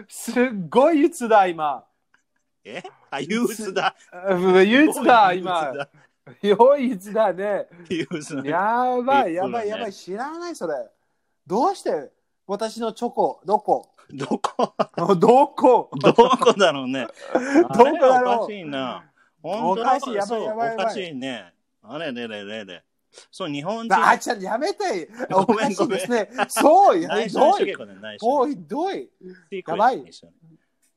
[SPEAKER 1] すすっごい鬱だ、今。
[SPEAKER 2] えあ、憂鬱だ。
[SPEAKER 1] う憂鬱だ、今。
[SPEAKER 2] 憂
[SPEAKER 1] よい鬱だね。
[SPEAKER 2] 鬱だ。憂鬱だ。
[SPEAKER 1] やばい、や
[SPEAKER 2] そうだ
[SPEAKER 1] ば
[SPEAKER 2] ね
[SPEAKER 1] い、やばい、知らない、それ。どうして私のチョコ、どこ
[SPEAKER 2] どこ
[SPEAKER 1] どこ
[SPEAKER 2] どこだろう ね。ど
[SPEAKER 1] こだろう
[SPEAKER 2] おかしいな。本当
[SPEAKER 1] お
[SPEAKER 2] だ
[SPEAKER 1] かしいやばい
[SPEAKER 2] そう
[SPEAKER 1] やばいやばい
[SPEAKER 2] おかしいね。あれれれれれ。そう、日本人。
[SPEAKER 1] あっちゃん、やめて。お
[SPEAKER 2] ごめ
[SPEAKER 1] か
[SPEAKER 2] ん
[SPEAKER 1] し
[SPEAKER 2] ご
[SPEAKER 1] い
[SPEAKER 2] めん
[SPEAKER 1] ですね。そう、
[SPEAKER 2] 内
[SPEAKER 1] ひ
[SPEAKER 2] 緒に
[SPEAKER 1] ど
[SPEAKER 2] しとけ
[SPEAKER 1] い。
[SPEAKER 2] これ内緒
[SPEAKER 1] お
[SPEAKER 2] に
[SPEAKER 1] い、ひどい。
[SPEAKER 2] シーク
[SPEAKER 1] や
[SPEAKER 2] レッ
[SPEAKER 1] ば
[SPEAKER 2] ト
[SPEAKER 1] い
[SPEAKER 2] にしよう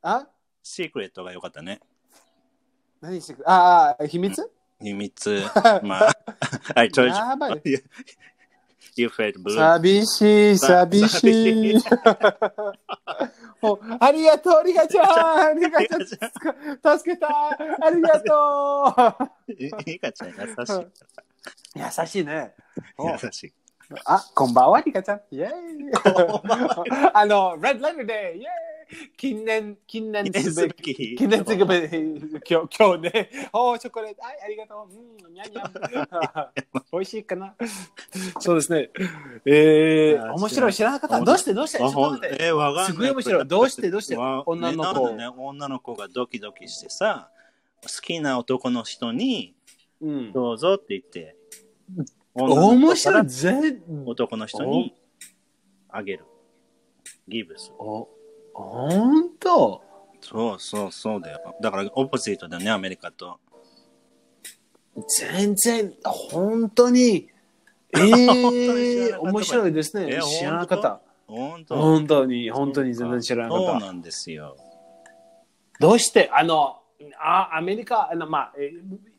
[SPEAKER 1] あ
[SPEAKER 2] シークレットが良かったね。
[SPEAKER 1] 何してくああ、秘密
[SPEAKER 2] 秘密。まあ、I told
[SPEAKER 1] やばい。
[SPEAKER 2] you. You felt blue.
[SPEAKER 1] 寂しい、
[SPEAKER 2] さ
[SPEAKER 1] 寂し い。
[SPEAKER 2] 寂し
[SPEAKER 1] もうありがとう、ありがとう、ありがとう、助けた、ありがと
[SPEAKER 2] いいかちゃん、優しい。
[SPEAKER 1] う。優しいね。お
[SPEAKER 2] 優しい。
[SPEAKER 1] あ、こんばんは、リカちゃん。イェーイ
[SPEAKER 2] こんばんは
[SPEAKER 1] あの、Red Letter Day! イェーイ記念、記念
[SPEAKER 2] 記念
[SPEAKER 1] す
[SPEAKER 2] す
[SPEAKER 1] べ
[SPEAKER 2] べ
[SPEAKER 1] き。
[SPEAKER 2] き。
[SPEAKER 1] 記念すべき、今日、今日ね。おー、チョコレート。はい、ありがとう。うん、にゃんにゃん。 美味しいかな。そうですね。え
[SPEAKER 2] あ
[SPEAKER 1] ー、
[SPEAKER 2] ー
[SPEAKER 1] 面白い、知らなかった。
[SPEAKER 2] 知らな
[SPEAKER 1] どうして、どうして、ちょ
[SPEAKER 2] あ
[SPEAKER 1] っと
[SPEAKER 2] ほ
[SPEAKER 1] 待
[SPEAKER 2] ん
[SPEAKER 1] って。
[SPEAKER 2] えー、わかんない。
[SPEAKER 1] すごい面白いどうしてどうして
[SPEAKER 2] わ
[SPEAKER 1] 女の子を
[SPEAKER 2] ねなんでね女の子がドキドキしてさ、好きな男の人に、
[SPEAKER 1] うん。
[SPEAKER 2] どうぞって言って、女の
[SPEAKER 1] 面
[SPEAKER 2] 子か
[SPEAKER 1] 白
[SPEAKER 2] ら
[SPEAKER 1] い。全
[SPEAKER 2] 男の人にあげる。ギブス。
[SPEAKER 1] お、ほんと
[SPEAKER 2] そうそうそうだよ。だから、オポジットだよね、アメリカと。
[SPEAKER 1] 全然、本当に。え
[SPEAKER 2] 知らなか
[SPEAKER 1] ー、
[SPEAKER 2] った
[SPEAKER 1] 面白いですね
[SPEAKER 2] え。ー
[SPEAKER 1] 知らなかった。
[SPEAKER 2] ほんと。
[SPEAKER 1] 本当に、本当に全然知らなか
[SPEAKER 2] そう
[SPEAKER 1] った。
[SPEAKER 2] なんですよ。
[SPEAKER 1] どうして、あの、あアメリカ、あのまあ、え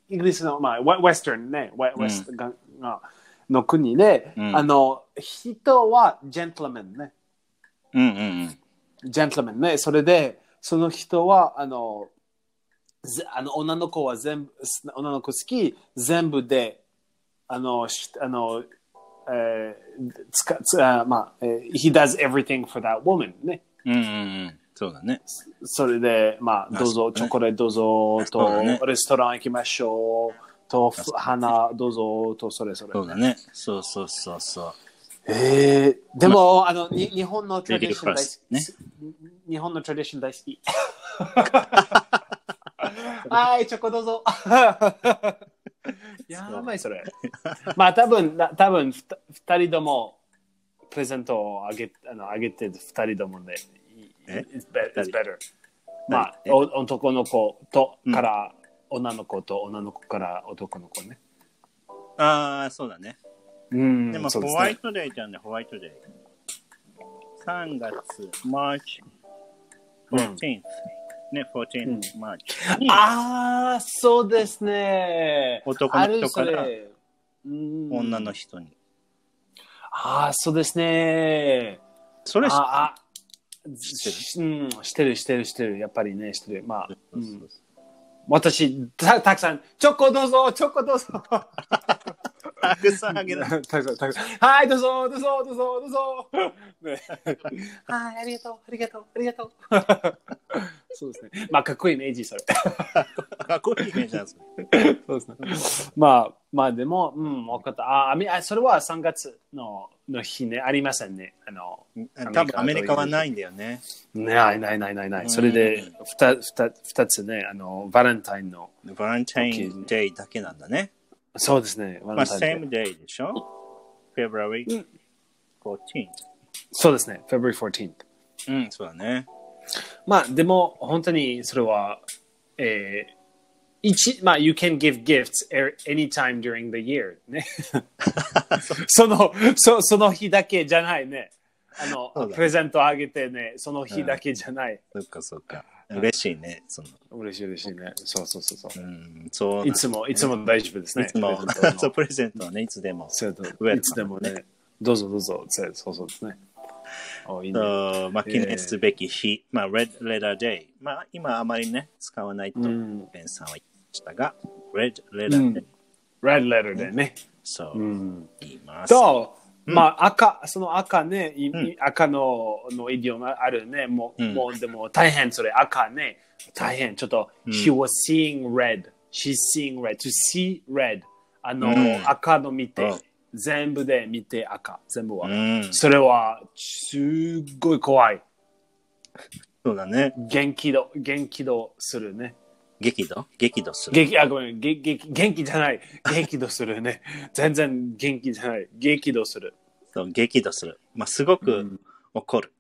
[SPEAKER 1] イギリスの、まあ、ウェウェスタンね、ウェ
[SPEAKER 2] うん
[SPEAKER 1] ウェスタンがの国で、
[SPEAKER 2] うん
[SPEAKER 1] あの、人はジェントルメンね。
[SPEAKER 2] うんうんうん。
[SPEAKER 1] ジェントルメンね。それで、その人は、あの、ぜあの女の子は全部、す女の子好き、全部で、あの、しあの、えー、つかつあまあ、えー he does everything for that woman ね。
[SPEAKER 2] うんうんうん。そうだね。
[SPEAKER 1] それで、まあ、
[SPEAKER 2] あ
[SPEAKER 1] どう
[SPEAKER 2] そ
[SPEAKER 1] ぞ、
[SPEAKER 2] うだね
[SPEAKER 1] チョコレートどうぞ、
[SPEAKER 2] そ
[SPEAKER 1] と
[SPEAKER 2] うだ、ね
[SPEAKER 1] レストラン行きましょう、と、
[SPEAKER 2] そう
[SPEAKER 1] 花どうぞ、と、それそれ。
[SPEAKER 2] そうだね。そうそうそうそう。
[SPEAKER 1] えー、でも、あの、に日本のトラディション大好き。
[SPEAKER 2] ね
[SPEAKER 1] 日本のトラディション大好き。 はい、チョコどう ぞ。やばい、それ。 まあ、多分な多分ふた二人ともプレゼントをあげあのあげてる二人ともで、
[SPEAKER 2] え
[SPEAKER 1] It's better. It's
[SPEAKER 2] 二人
[SPEAKER 1] better. まあ、
[SPEAKER 2] え
[SPEAKER 1] お男の子と
[SPEAKER 2] うん
[SPEAKER 1] から女の子と女の子から男の子ね。
[SPEAKER 2] ああ、そうだね。
[SPEAKER 1] うん、
[SPEAKER 2] でも、
[SPEAKER 1] そう
[SPEAKER 2] ホ
[SPEAKER 1] です
[SPEAKER 2] ワイ
[SPEAKER 1] ね。
[SPEAKER 2] トデーじゃんね、ホワイトデー。3月、マーチ、
[SPEAKER 1] うん
[SPEAKER 2] 14th、ね、14th、マーチ。
[SPEAKER 1] ああ、そうですね。
[SPEAKER 2] 男の人から
[SPEAKER 1] あるそれうん
[SPEAKER 2] 女の人に。
[SPEAKER 1] ああ、そうですね。
[SPEAKER 2] それ、そう
[SPEAKER 1] ああ、
[SPEAKER 2] 知ってる
[SPEAKER 1] しうん、してる、してる、してる。やっぱりね、してる。まあ、う
[SPEAKER 2] そ
[SPEAKER 1] ん
[SPEAKER 2] う、そ
[SPEAKER 1] 私た、たくさん、チョコどうぞ、チョコどう ぞ。
[SPEAKER 2] うたくさんあ
[SPEAKER 1] た
[SPEAKER 2] げる。
[SPEAKER 1] くさん、たくさん。はい、どうぞ、どうぞ、どうぞ、どうぞ。ねはい、ありがとう、ありがとう、ありがとう。 そうですね。まあ、かっこいいね、エイジーそれ。
[SPEAKER 2] かっこいいね、じゃん。それ
[SPEAKER 1] そうですね。まあ、まあでも、うん、分かった。あ、あみあそれは3月のの日ね、ありませんね。あの、
[SPEAKER 2] 多分アメリカはないんだよね。
[SPEAKER 1] ないないないないな
[SPEAKER 2] う
[SPEAKER 1] い。
[SPEAKER 2] ん
[SPEAKER 1] それで 2, 2, 2つね、あの、バレンタインの。
[SPEAKER 2] バレンタインデーだけなんだね。
[SPEAKER 1] そうですね、バ
[SPEAKER 2] ま
[SPEAKER 1] レ
[SPEAKER 2] あ、
[SPEAKER 1] ンタイン
[SPEAKER 2] same
[SPEAKER 1] の。
[SPEAKER 2] day でしょ ?February
[SPEAKER 1] うん
[SPEAKER 2] 14th。
[SPEAKER 1] そうですね、February 14th。
[SPEAKER 2] うん、そうだね。
[SPEAKER 1] まあでも、本当にそれは、えー、一、まあ、you can give gifts er- anytime during the year ね。そのそ、その日だけじゃないね。あの、
[SPEAKER 2] そうだね
[SPEAKER 1] プレゼントあげてね、その日だけじゃない。
[SPEAKER 2] そっかそっか。嬉しいね。その
[SPEAKER 1] 嬉しい嬉しいね。そうそうそうそうう。
[SPEAKER 2] ん、そうなん
[SPEAKER 1] いつもいつも大丈夫ですね。
[SPEAKER 2] いつも
[SPEAKER 1] プレゼントの
[SPEAKER 2] そうプレゼントはね、いつでも。
[SPEAKER 1] そうだ
[SPEAKER 2] ウェルカム
[SPEAKER 1] いつでもね。どうぞどうぞ。そうそうそうですね。おいいね。
[SPEAKER 2] そうまあ、記念すべき日、まあ、Red Letter Day。まあ、今あまりね、使わないと、
[SPEAKER 1] うん
[SPEAKER 2] ベンさんは言いましたが、Red Letter Day、
[SPEAKER 1] Red letter でね。
[SPEAKER 2] そう、
[SPEAKER 1] うん。
[SPEAKER 2] 言います。
[SPEAKER 1] と、まあ赤、その赤ね、い
[SPEAKER 2] ん
[SPEAKER 1] 赤ののイディオムあるね。もう、
[SPEAKER 2] うん
[SPEAKER 1] もうでも大変それ赤ね。大変。ちょっと、
[SPEAKER 2] うん
[SPEAKER 1] she was seeing red. She's seeing red. To see red. あの、
[SPEAKER 2] うん
[SPEAKER 1] 赤の見て、
[SPEAKER 2] うん
[SPEAKER 1] 全部で見て赤。全部は。
[SPEAKER 2] うん、
[SPEAKER 1] それは、すっごい怖い。
[SPEAKER 2] そうだね。
[SPEAKER 1] 元気度、元気度するね。
[SPEAKER 2] 激怒激怒する。
[SPEAKER 1] 元気、あ、ごめん、げげ元気じゃない。元気度するね。全然元気じゃない。激怒する。
[SPEAKER 2] そう激怒する。まあ、すごく怒る。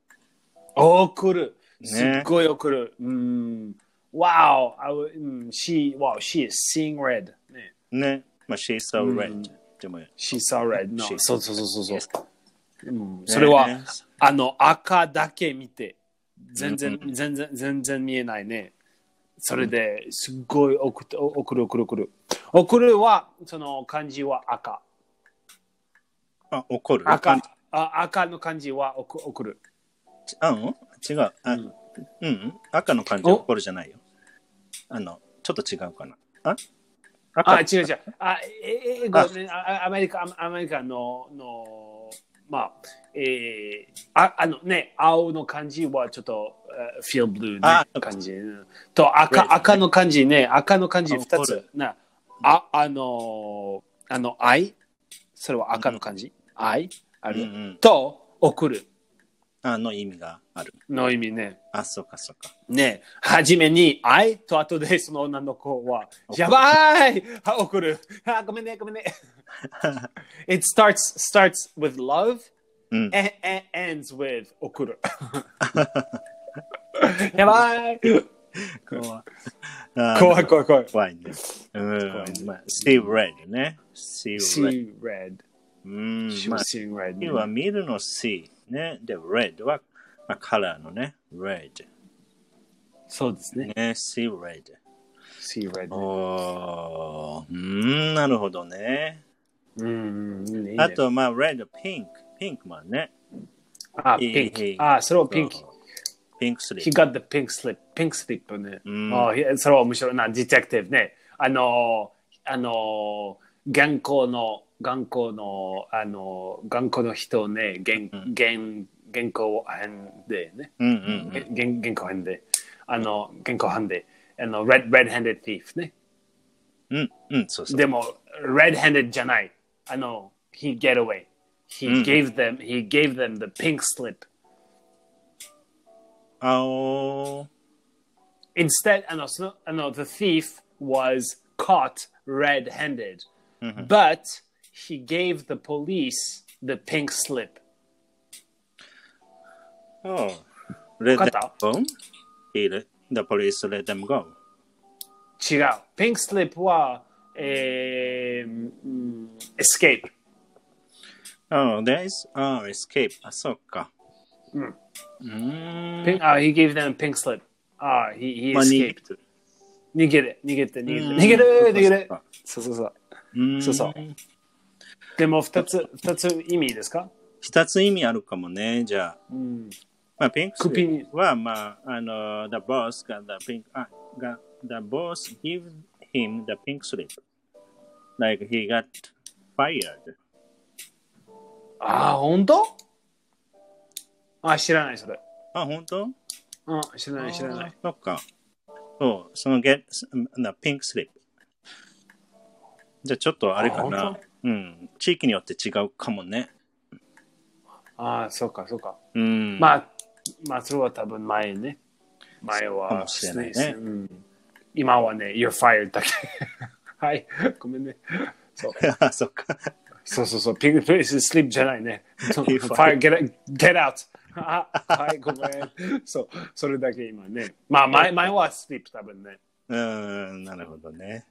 [SPEAKER 1] 怒る。
[SPEAKER 2] ね
[SPEAKER 1] すっごい怒る。うん。Wow, I w- うん she, wow, she is seeing red. ね。
[SPEAKER 2] ね。まあ、She's so
[SPEAKER 1] う
[SPEAKER 2] red
[SPEAKER 1] ん。
[SPEAKER 2] でも、ね、
[SPEAKER 1] She saw red. No.
[SPEAKER 2] She-
[SPEAKER 1] そうそうそうそうそう。うん、それは、あの赤だけ見て全然、
[SPEAKER 2] うん
[SPEAKER 1] 全然全然見えないねそれですっごい送ってお送る送る送る送るはその漢字は赤
[SPEAKER 2] あ、怒る。
[SPEAKER 1] 赤あ赤の漢字は送送る
[SPEAKER 2] あ、うん違う。あ、
[SPEAKER 1] うん
[SPEAKER 2] うん。赤の感じ
[SPEAKER 1] お
[SPEAKER 2] 怒るじゃないよ。あの、ちょっと違うかな。あ
[SPEAKER 1] あ、違う違う。あ、え、え、ごめん、ああアメリカ、アアメリカの、の、まあ、えー、あ、あのね、青の感じはちょっと、フィールブルー
[SPEAKER 2] あ
[SPEAKER 1] の感じ。と、
[SPEAKER 2] そうです
[SPEAKER 1] 赤、
[SPEAKER 2] ね
[SPEAKER 1] 赤の感じね、赤の感じ
[SPEAKER 2] あ
[SPEAKER 1] 二
[SPEAKER 2] 怒
[SPEAKER 1] つ
[SPEAKER 2] る。
[SPEAKER 1] な、あ、あの、あの、愛それは赤の感じ。愛あ
[SPEAKER 2] うんう
[SPEAKER 1] る。
[SPEAKER 2] ん。
[SPEAKER 1] と、送る
[SPEAKER 2] あの意味がある。
[SPEAKER 1] の意味ね。
[SPEAKER 2] あ、そうかそう か。
[SPEAKER 1] ね、はじめに愛と後でその女の子は、やばい あ怒るあごめんね、ごめ んね。It starts, starts with love
[SPEAKER 2] うん。
[SPEAKER 1] and, and ends with 送る。 や ばい
[SPEAKER 2] 怖い
[SPEAKER 1] 怖い怖い怖い。
[SPEAKER 2] 怖いね。うん
[SPEAKER 1] 怖い。ね
[SPEAKER 2] まあ、Steve Red ね。Steve Red。
[SPEAKER 1] She read.
[SPEAKER 2] うん。
[SPEAKER 1] She
[SPEAKER 2] まあ
[SPEAKER 1] was、seeing red.
[SPEAKER 2] C は見るの C。ね。で、Red は、まあ、カラーのね。Red。
[SPEAKER 1] そうですね。
[SPEAKER 2] ね、C Red。
[SPEAKER 1] She read.
[SPEAKER 2] おー。うん、なるほどね。
[SPEAKER 1] うんうんうんいいね
[SPEAKER 2] あ、と、まあ、Red、Pink。Pink もね。
[SPEAKER 1] あ、
[SPEAKER 2] いい
[SPEAKER 1] ピンク
[SPEAKER 2] いい。
[SPEAKER 1] あ、それはピンク。
[SPEAKER 2] ピンクスリ
[SPEAKER 1] He
[SPEAKER 2] ー。
[SPEAKER 1] got the pink slip. Pink slip ね。
[SPEAKER 2] うん
[SPEAKER 1] あいやそれは面白いな。ディテクティブね。あのー、あのー、頑固の、頑固の、あのー、頑固の人をね、現、
[SPEAKER 2] うん
[SPEAKER 1] 現、現行犯でね。
[SPEAKER 2] うんうんうん。
[SPEAKER 1] 現、現行犯で。あの、現行犯で。あの、red, red-handed thief ね。
[SPEAKER 2] うん、うん、そうそう。
[SPEAKER 1] でも、red-handed じゃない。あの、he get away.
[SPEAKER 2] うん
[SPEAKER 1] He gave them, he gave them the pink slip.
[SPEAKER 2] 青。
[SPEAKER 1] instead, I know, so- I know the thief was caught red handed, but he gave the police the pink slip.
[SPEAKER 2] おう。Let
[SPEAKER 1] わかっ
[SPEAKER 2] them go? He let- The police let them go.
[SPEAKER 1] 違う。pink slip は、えー、うん escape。
[SPEAKER 2] Oh, there is. Oh, escape. あ、そうか。
[SPEAKER 1] うん
[SPEAKER 2] うーん。
[SPEAKER 1] Pink, ah, he gave them pink slip. Ah, he, he
[SPEAKER 2] まあ、逃げ
[SPEAKER 1] escaped.
[SPEAKER 2] てる。
[SPEAKER 1] 逃げる、逃げて、逃げて。
[SPEAKER 2] うん
[SPEAKER 1] 逃げる、逃げ
[SPEAKER 2] そっ
[SPEAKER 1] る
[SPEAKER 2] か。
[SPEAKER 1] そうそうそう。
[SPEAKER 2] うん
[SPEAKER 1] そうそうでも、二つ、二つ意味ですか
[SPEAKER 2] 二つ意味あるかもね。じゃあ。
[SPEAKER 1] うん。
[SPEAKER 2] まあ、ピンクス
[SPEAKER 1] 首に
[SPEAKER 2] は、まあ、あの、the boss got the pink, あ、が the boss give him the pink slip. Like he got fired.
[SPEAKER 1] ああ、本当あ、知らない、それ。
[SPEAKER 2] あ、本当
[SPEAKER 1] うん、知らない、知らない。。
[SPEAKER 2] そっか。そう、そのゲなピンクスリップ。じゃあちょっとあれか
[SPEAKER 1] あ
[SPEAKER 2] な
[SPEAKER 1] 本。
[SPEAKER 2] うん。地域によって違うかもね。
[SPEAKER 1] ああ、そうか、そうか。
[SPEAKER 2] うん。
[SPEAKER 1] まあ、まあ、それは多分前ね。前は、
[SPEAKER 2] かもしれないね
[SPEAKER 1] ですうん今はね、You're fired だけ。 はい、ごめんね。そう
[SPEAKER 2] あ、 そっか。
[SPEAKER 1] そうそうそう、ピンクプレイス、スリープじゃないね。そう
[SPEAKER 2] You're
[SPEAKER 1] fire, get, get out! あはい、ごめん。そう、それだけ今ね。まあ、前前はスリープ多分ね。
[SPEAKER 2] うん、なるほどね。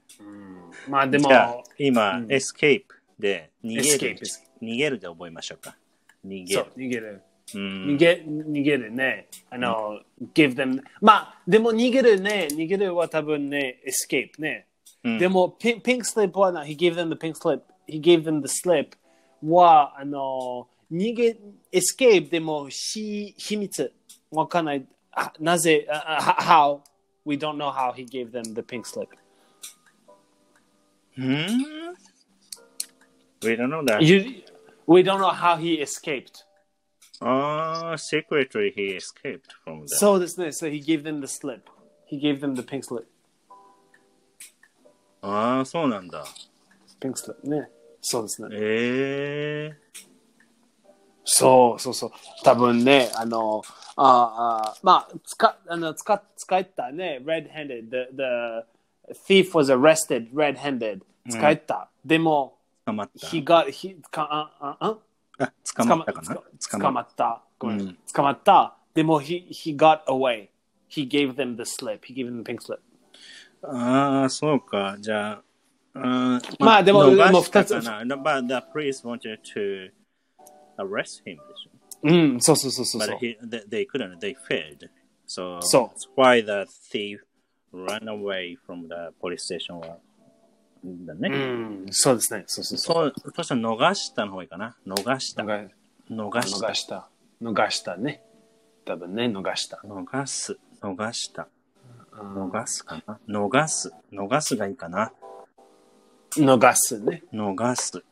[SPEAKER 1] まあ、で
[SPEAKER 2] じゃあ
[SPEAKER 1] も、
[SPEAKER 2] 今、
[SPEAKER 1] うん
[SPEAKER 2] エスケープで逃げる
[SPEAKER 1] escape。
[SPEAKER 2] 逃げるで覚えましょうか。逃げ
[SPEAKER 1] そ
[SPEAKER 2] る
[SPEAKER 1] う。、逃げる。
[SPEAKER 2] う
[SPEAKER 1] 逃
[SPEAKER 2] ん
[SPEAKER 1] げ逃げるね。あの、give them。まあ、でも逃げるね。逃げるは多分ね、escape ね。
[SPEAKER 2] うん
[SPEAKER 1] でも、ピン pink slip はな、he gave them the pink slip. He gave them the slip は、あの、逃げ、escape でも、し、秘密。わかんない。あなぜ、ああ how? We don't know how he gave them the pink slip.
[SPEAKER 2] Hmm? We don't know that.
[SPEAKER 1] You, we don't know how he escaped.
[SPEAKER 2] Oh, secretly he escaped from that.
[SPEAKER 1] そうですね。So he gave them the slip. He gave them the pink slip.
[SPEAKER 2] ああ、そうなんだ。
[SPEAKER 1] pink slip ね。そうですね。
[SPEAKER 2] ええ
[SPEAKER 1] そうそうそう。多分ね、あの、ああまあ、つかあの使っ使ったね、red-handed。The, the thief was arrested red-handed. 使った。でも、
[SPEAKER 2] 捕まった。
[SPEAKER 1] he got, he, かあああ
[SPEAKER 2] あ、捕
[SPEAKER 1] 捕
[SPEAKER 2] まったかな
[SPEAKER 1] 捕捕ま
[SPEAKER 2] っ
[SPEAKER 1] った。ごめん
[SPEAKER 2] うん
[SPEAKER 1] 捕まった。でも、he, he got away. He gave them the slip. He gave them the pink slip.
[SPEAKER 2] た。ああ、そうか。じゃあ、うん
[SPEAKER 1] まあでも
[SPEAKER 2] 逃した
[SPEAKER 1] でも二つ
[SPEAKER 2] かな But the police wanted to arrest him. でしょ
[SPEAKER 1] うん、そうそうそうそうそう
[SPEAKER 2] But。he, they, they couldn't. They failed. So,
[SPEAKER 1] そう
[SPEAKER 2] that's why the thief ran away from the police station. はだね。
[SPEAKER 1] うん、そうですね。そうそうそう。
[SPEAKER 2] そう、そしたら逃したの方がいいかな。逃した。
[SPEAKER 1] 逃
[SPEAKER 2] 逃した。
[SPEAKER 1] 逃した。逃したね。多分ね、逃した。
[SPEAKER 2] 逃す。逃した。逃すかな。逃す。逃すがいいかな。
[SPEAKER 1] 逃すね。
[SPEAKER 2] 逃す。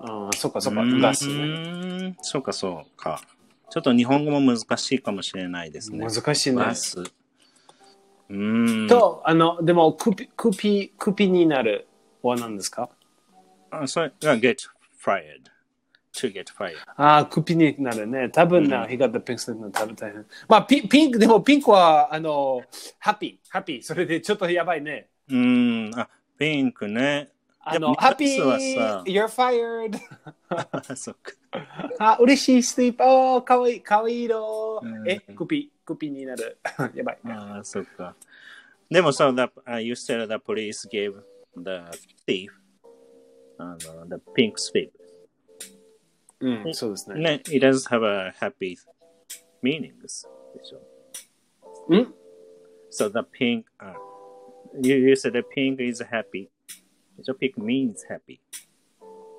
[SPEAKER 1] うん、そっかそっか、
[SPEAKER 2] うーん
[SPEAKER 1] 逃すね。
[SPEAKER 2] そうか、そうか。ちょっと日本語も難しいかもしれないですね。
[SPEAKER 1] 難しいね
[SPEAKER 2] 逃。す。うーん。
[SPEAKER 1] と、あの、でも、クピ、クピ、クピになるは何ですか
[SPEAKER 2] あそれが Uh, get fired. To get fired.
[SPEAKER 1] ああ、クピになるね。多分な、
[SPEAKER 2] うん
[SPEAKER 1] he got the pink slip の多分大変。まあ、ピピンク、でもピンクは、あの、ハッピー、ハッピー。それでちょっとやばいね。
[SPEAKER 2] うーん。あ、ピンク ね。
[SPEAKER 1] あの、
[SPEAKER 2] でも
[SPEAKER 1] ハッピ
[SPEAKER 2] ナスはさ
[SPEAKER 1] ー、you're fired.
[SPEAKER 2] あそっか。
[SPEAKER 1] あ、嬉しい、スリープ。おー、かわいい、かわいい色
[SPEAKER 2] う。ん
[SPEAKER 1] え、クピ、クピになる。 やばい。
[SPEAKER 2] あそっか。でもさ、the, uh, you said the police gave the thief あの the pink slip.
[SPEAKER 1] うん、そうですね。
[SPEAKER 2] ね、it doesn't have a happy meanings. でしょ
[SPEAKER 1] ん
[SPEAKER 2] So the pink, uh, you, you said the pink is happy. So pink means happy.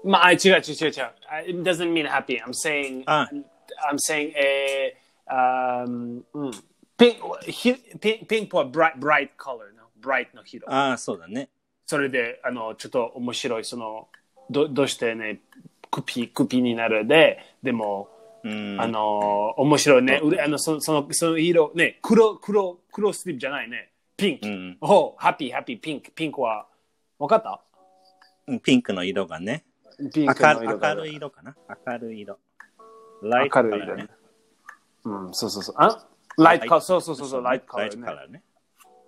[SPEAKER 1] まあ、違う違う違う違う。I- It doesn't mean happy. I'm saying,
[SPEAKER 2] あ
[SPEAKER 1] I'm saying, えー、あーうん。ピンク、ひピンピンクは bright, bright color の、bright の色。
[SPEAKER 2] ああ、そうだね。
[SPEAKER 1] それで、あの、ちょっと面白い、その、どどうしてね、クピ、クピになるで、でも、
[SPEAKER 2] うん。
[SPEAKER 1] あのー面白いね。うれあのそそのその色ね黒黒黒スリープじゃないね。ピンク。
[SPEAKER 2] うん
[SPEAKER 1] おうハッピーハッピーピンクピンクはわかった？
[SPEAKER 2] ピンクの色がね。
[SPEAKER 1] ピンク
[SPEAKER 2] 明
[SPEAKER 1] の
[SPEAKER 2] る
[SPEAKER 1] 色
[SPEAKER 2] 明
[SPEAKER 1] が
[SPEAKER 2] るい色かな。明るい色。ライト
[SPEAKER 1] 明
[SPEAKER 2] カ
[SPEAKER 1] るい
[SPEAKER 2] ラ
[SPEAKER 1] 色
[SPEAKER 2] ー
[SPEAKER 1] ね
[SPEAKER 2] ね。。
[SPEAKER 1] うんそうそうそう。あライトカラー
[SPEAKER 2] ライト
[SPEAKER 1] そうそうそうそうライトカラ
[SPEAKER 2] ライト
[SPEAKER 1] ー
[SPEAKER 2] カ
[SPEAKER 1] ね。
[SPEAKER 2] ラーね。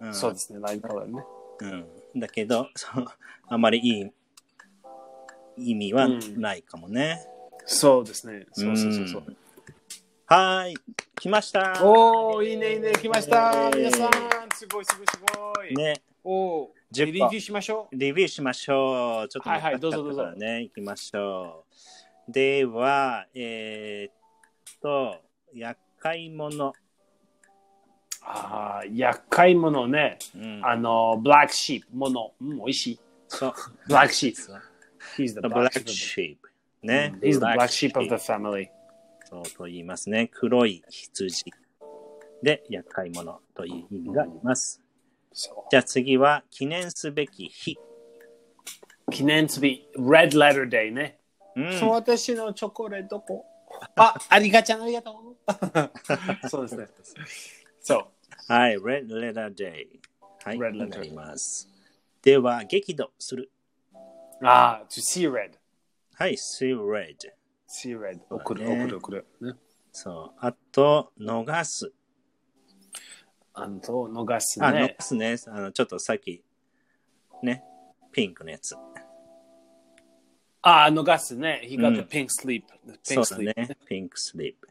[SPEAKER 2] うん
[SPEAKER 1] そうですねライトカラーね。
[SPEAKER 2] うん、だけどそう、あまりいい意味はないかもね。
[SPEAKER 1] そうですね。そうそうそうそう。
[SPEAKER 2] はーい、来ました。
[SPEAKER 1] おおいいねいいね来ました
[SPEAKER 2] イエー
[SPEAKER 1] 皆
[SPEAKER 2] イ
[SPEAKER 1] さんすごいすごいすごい。
[SPEAKER 2] ね、
[SPEAKER 1] おお
[SPEAKER 2] 10
[SPEAKER 1] レ
[SPEAKER 2] 本
[SPEAKER 1] ビューしましょう。
[SPEAKER 2] レビューしましょう。ちょっと
[SPEAKER 1] はいはい
[SPEAKER 2] 長かったからね、行きましょう。では、えー、っと、厄介者。
[SPEAKER 1] ああ厄介者ね。
[SPEAKER 2] うん、
[SPEAKER 1] あのブラックシープものうん美味しい。
[SPEAKER 2] そう。
[SPEAKER 1] ブラックシープ。He's the
[SPEAKER 2] The
[SPEAKER 1] black
[SPEAKER 2] black
[SPEAKER 1] sheep.
[SPEAKER 2] sheep. ね。
[SPEAKER 1] He's the black sheep of the family.
[SPEAKER 2] そうと言いますね。黒い羊で厄介者という意味があります。
[SPEAKER 1] そ
[SPEAKER 2] じゃあ次は記念すべき日。
[SPEAKER 1] う記念すべき Red Letter Day ね。
[SPEAKER 2] うん
[SPEAKER 1] そう私のチョコレートこあ、ありがちゃんありがとう。 そうですね。そ
[SPEAKER 2] はい、Red Letter Day。はい、
[SPEAKER 1] Red Letter
[SPEAKER 2] わかります。では、激怒する。
[SPEAKER 1] う。ああ、to see red。
[SPEAKER 2] はい、See Red。
[SPEAKER 1] see red。
[SPEAKER 2] そう
[SPEAKER 1] 送る
[SPEAKER 2] だね
[SPEAKER 1] 送る送る。ね。
[SPEAKER 2] そう。あと、逃す。
[SPEAKER 1] あんと逃す
[SPEAKER 2] あ、
[SPEAKER 1] ね。
[SPEAKER 2] 逃すね。あの、ちょっとさっき、ね、ピンクのやつ。
[SPEAKER 1] ああ、逃すね。He
[SPEAKER 2] う
[SPEAKER 1] got
[SPEAKER 2] ん
[SPEAKER 1] the pink sleep. The
[SPEAKER 2] そ
[SPEAKER 1] pink
[SPEAKER 2] うだ
[SPEAKER 1] sleep.
[SPEAKER 2] ね。ピンクスリープ。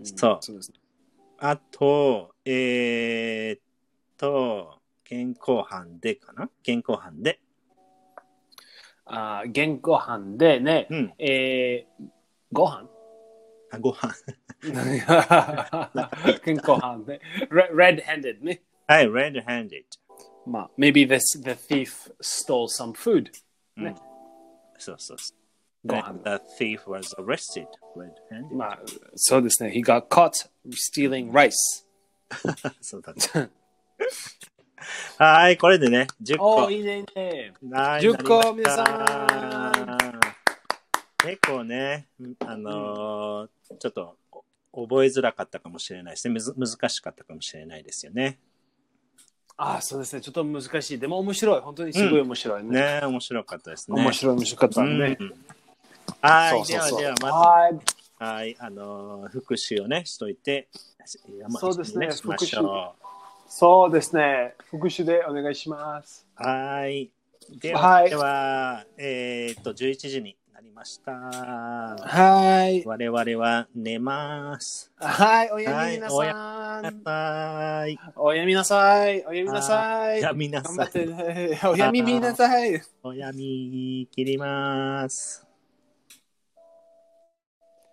[SPEAKER 1] うん
[SPEAKER 2] そう
[SPEAKER 1] そうですね。
[SPEAKER 2] あと、えー、っと、健康班でかな健康班で。
[SPEAKER 1] ああ、現行犯でね
[SPEAKER 2] うん。
[SPEAKER 1] えー、ご飯
[SPEAKER 2] あ、ご飯。
[SPEAKER 1] 健康犯で。Red handed ね。
[SPEAKER 2] はい、Red Handed。
[SPEAKER 1] まあ、maybe this, the thief stole some food. ね
[SPEAKER 2] そうそうそう。
[SPEAKER 1] ご飯
[SPEAKER 2] The thief was arrested red handed.
[SPEAKER 1] まあ、そうですね。He got caught stealing rice.
[SPEAKER 2] そうだね。 はーい、これでね、10個。
[SPEAKER 1] おーいいね、いいね。
[SPEAKER 2] はい
[SPEAKER 1] 10個
[SPEAKER 2] なりました
[SPEAKER 1] 皆
[SPEAKER 2] 結構ね、あのーちょっとお覚えづらかったかもしれないですね。むず難しかったかもしれないですよね。
[SPEAKER 1] ああ、そうですね。ちょっと難しい。でも面白い。本当にすごい面白いね。
[SPEAKER 2] ね面白かったですね。
[SPEAKER 1] 面白い、面白かったね。
[SPEAKER 2] うんは
[SPEAKER 1] そ
[SPEAKER 2] い、
[SPEAKER 1] うそ
[SPEAKER 2] で
[SPEAKER 1] う
[SPEAKER 2] は
[SPEAKER 1] そう
[SPEAKER 2] ではま
[SPEAKER 1] はい。
[SPEAKER 2] た、はい、あのー復習をね、しといて、山
[SPEAKER 1] そうですね
[SPEAKER 2] しましょ
[SPEAKER 1] そうですね。復習でお願いします。
[SPEAKER 2] う。はい。では、
[SPEAKER 1] はい
[SPEAKER 2] ではえーっと、11時になりました。
[SPEAKER 1] はい。
[SPEAKER 2] 我々は寝ます。
[SPEAKER 1] はい。おや
[SPEAKER 2] や
[SPEAKER 1] み
[SPEAKER 2] み
[SPEAKER 1] な
[SPEAKER 2] な
[SPEAKER 1] さん。
[SPEAKER 2] はーい。
[SPEAKER 1] おやみなさい。おやみなさい。
[SPEAKER 2] やみな
[SPEAKER 1] 頑
[SPEAKER 2] さ
[SPEAKER 1] 張っ
[SPEAKER 2] い。
[SPEAKER 1] てね。おやみみなさい。
[SPEAKER 2] おやみ切ります。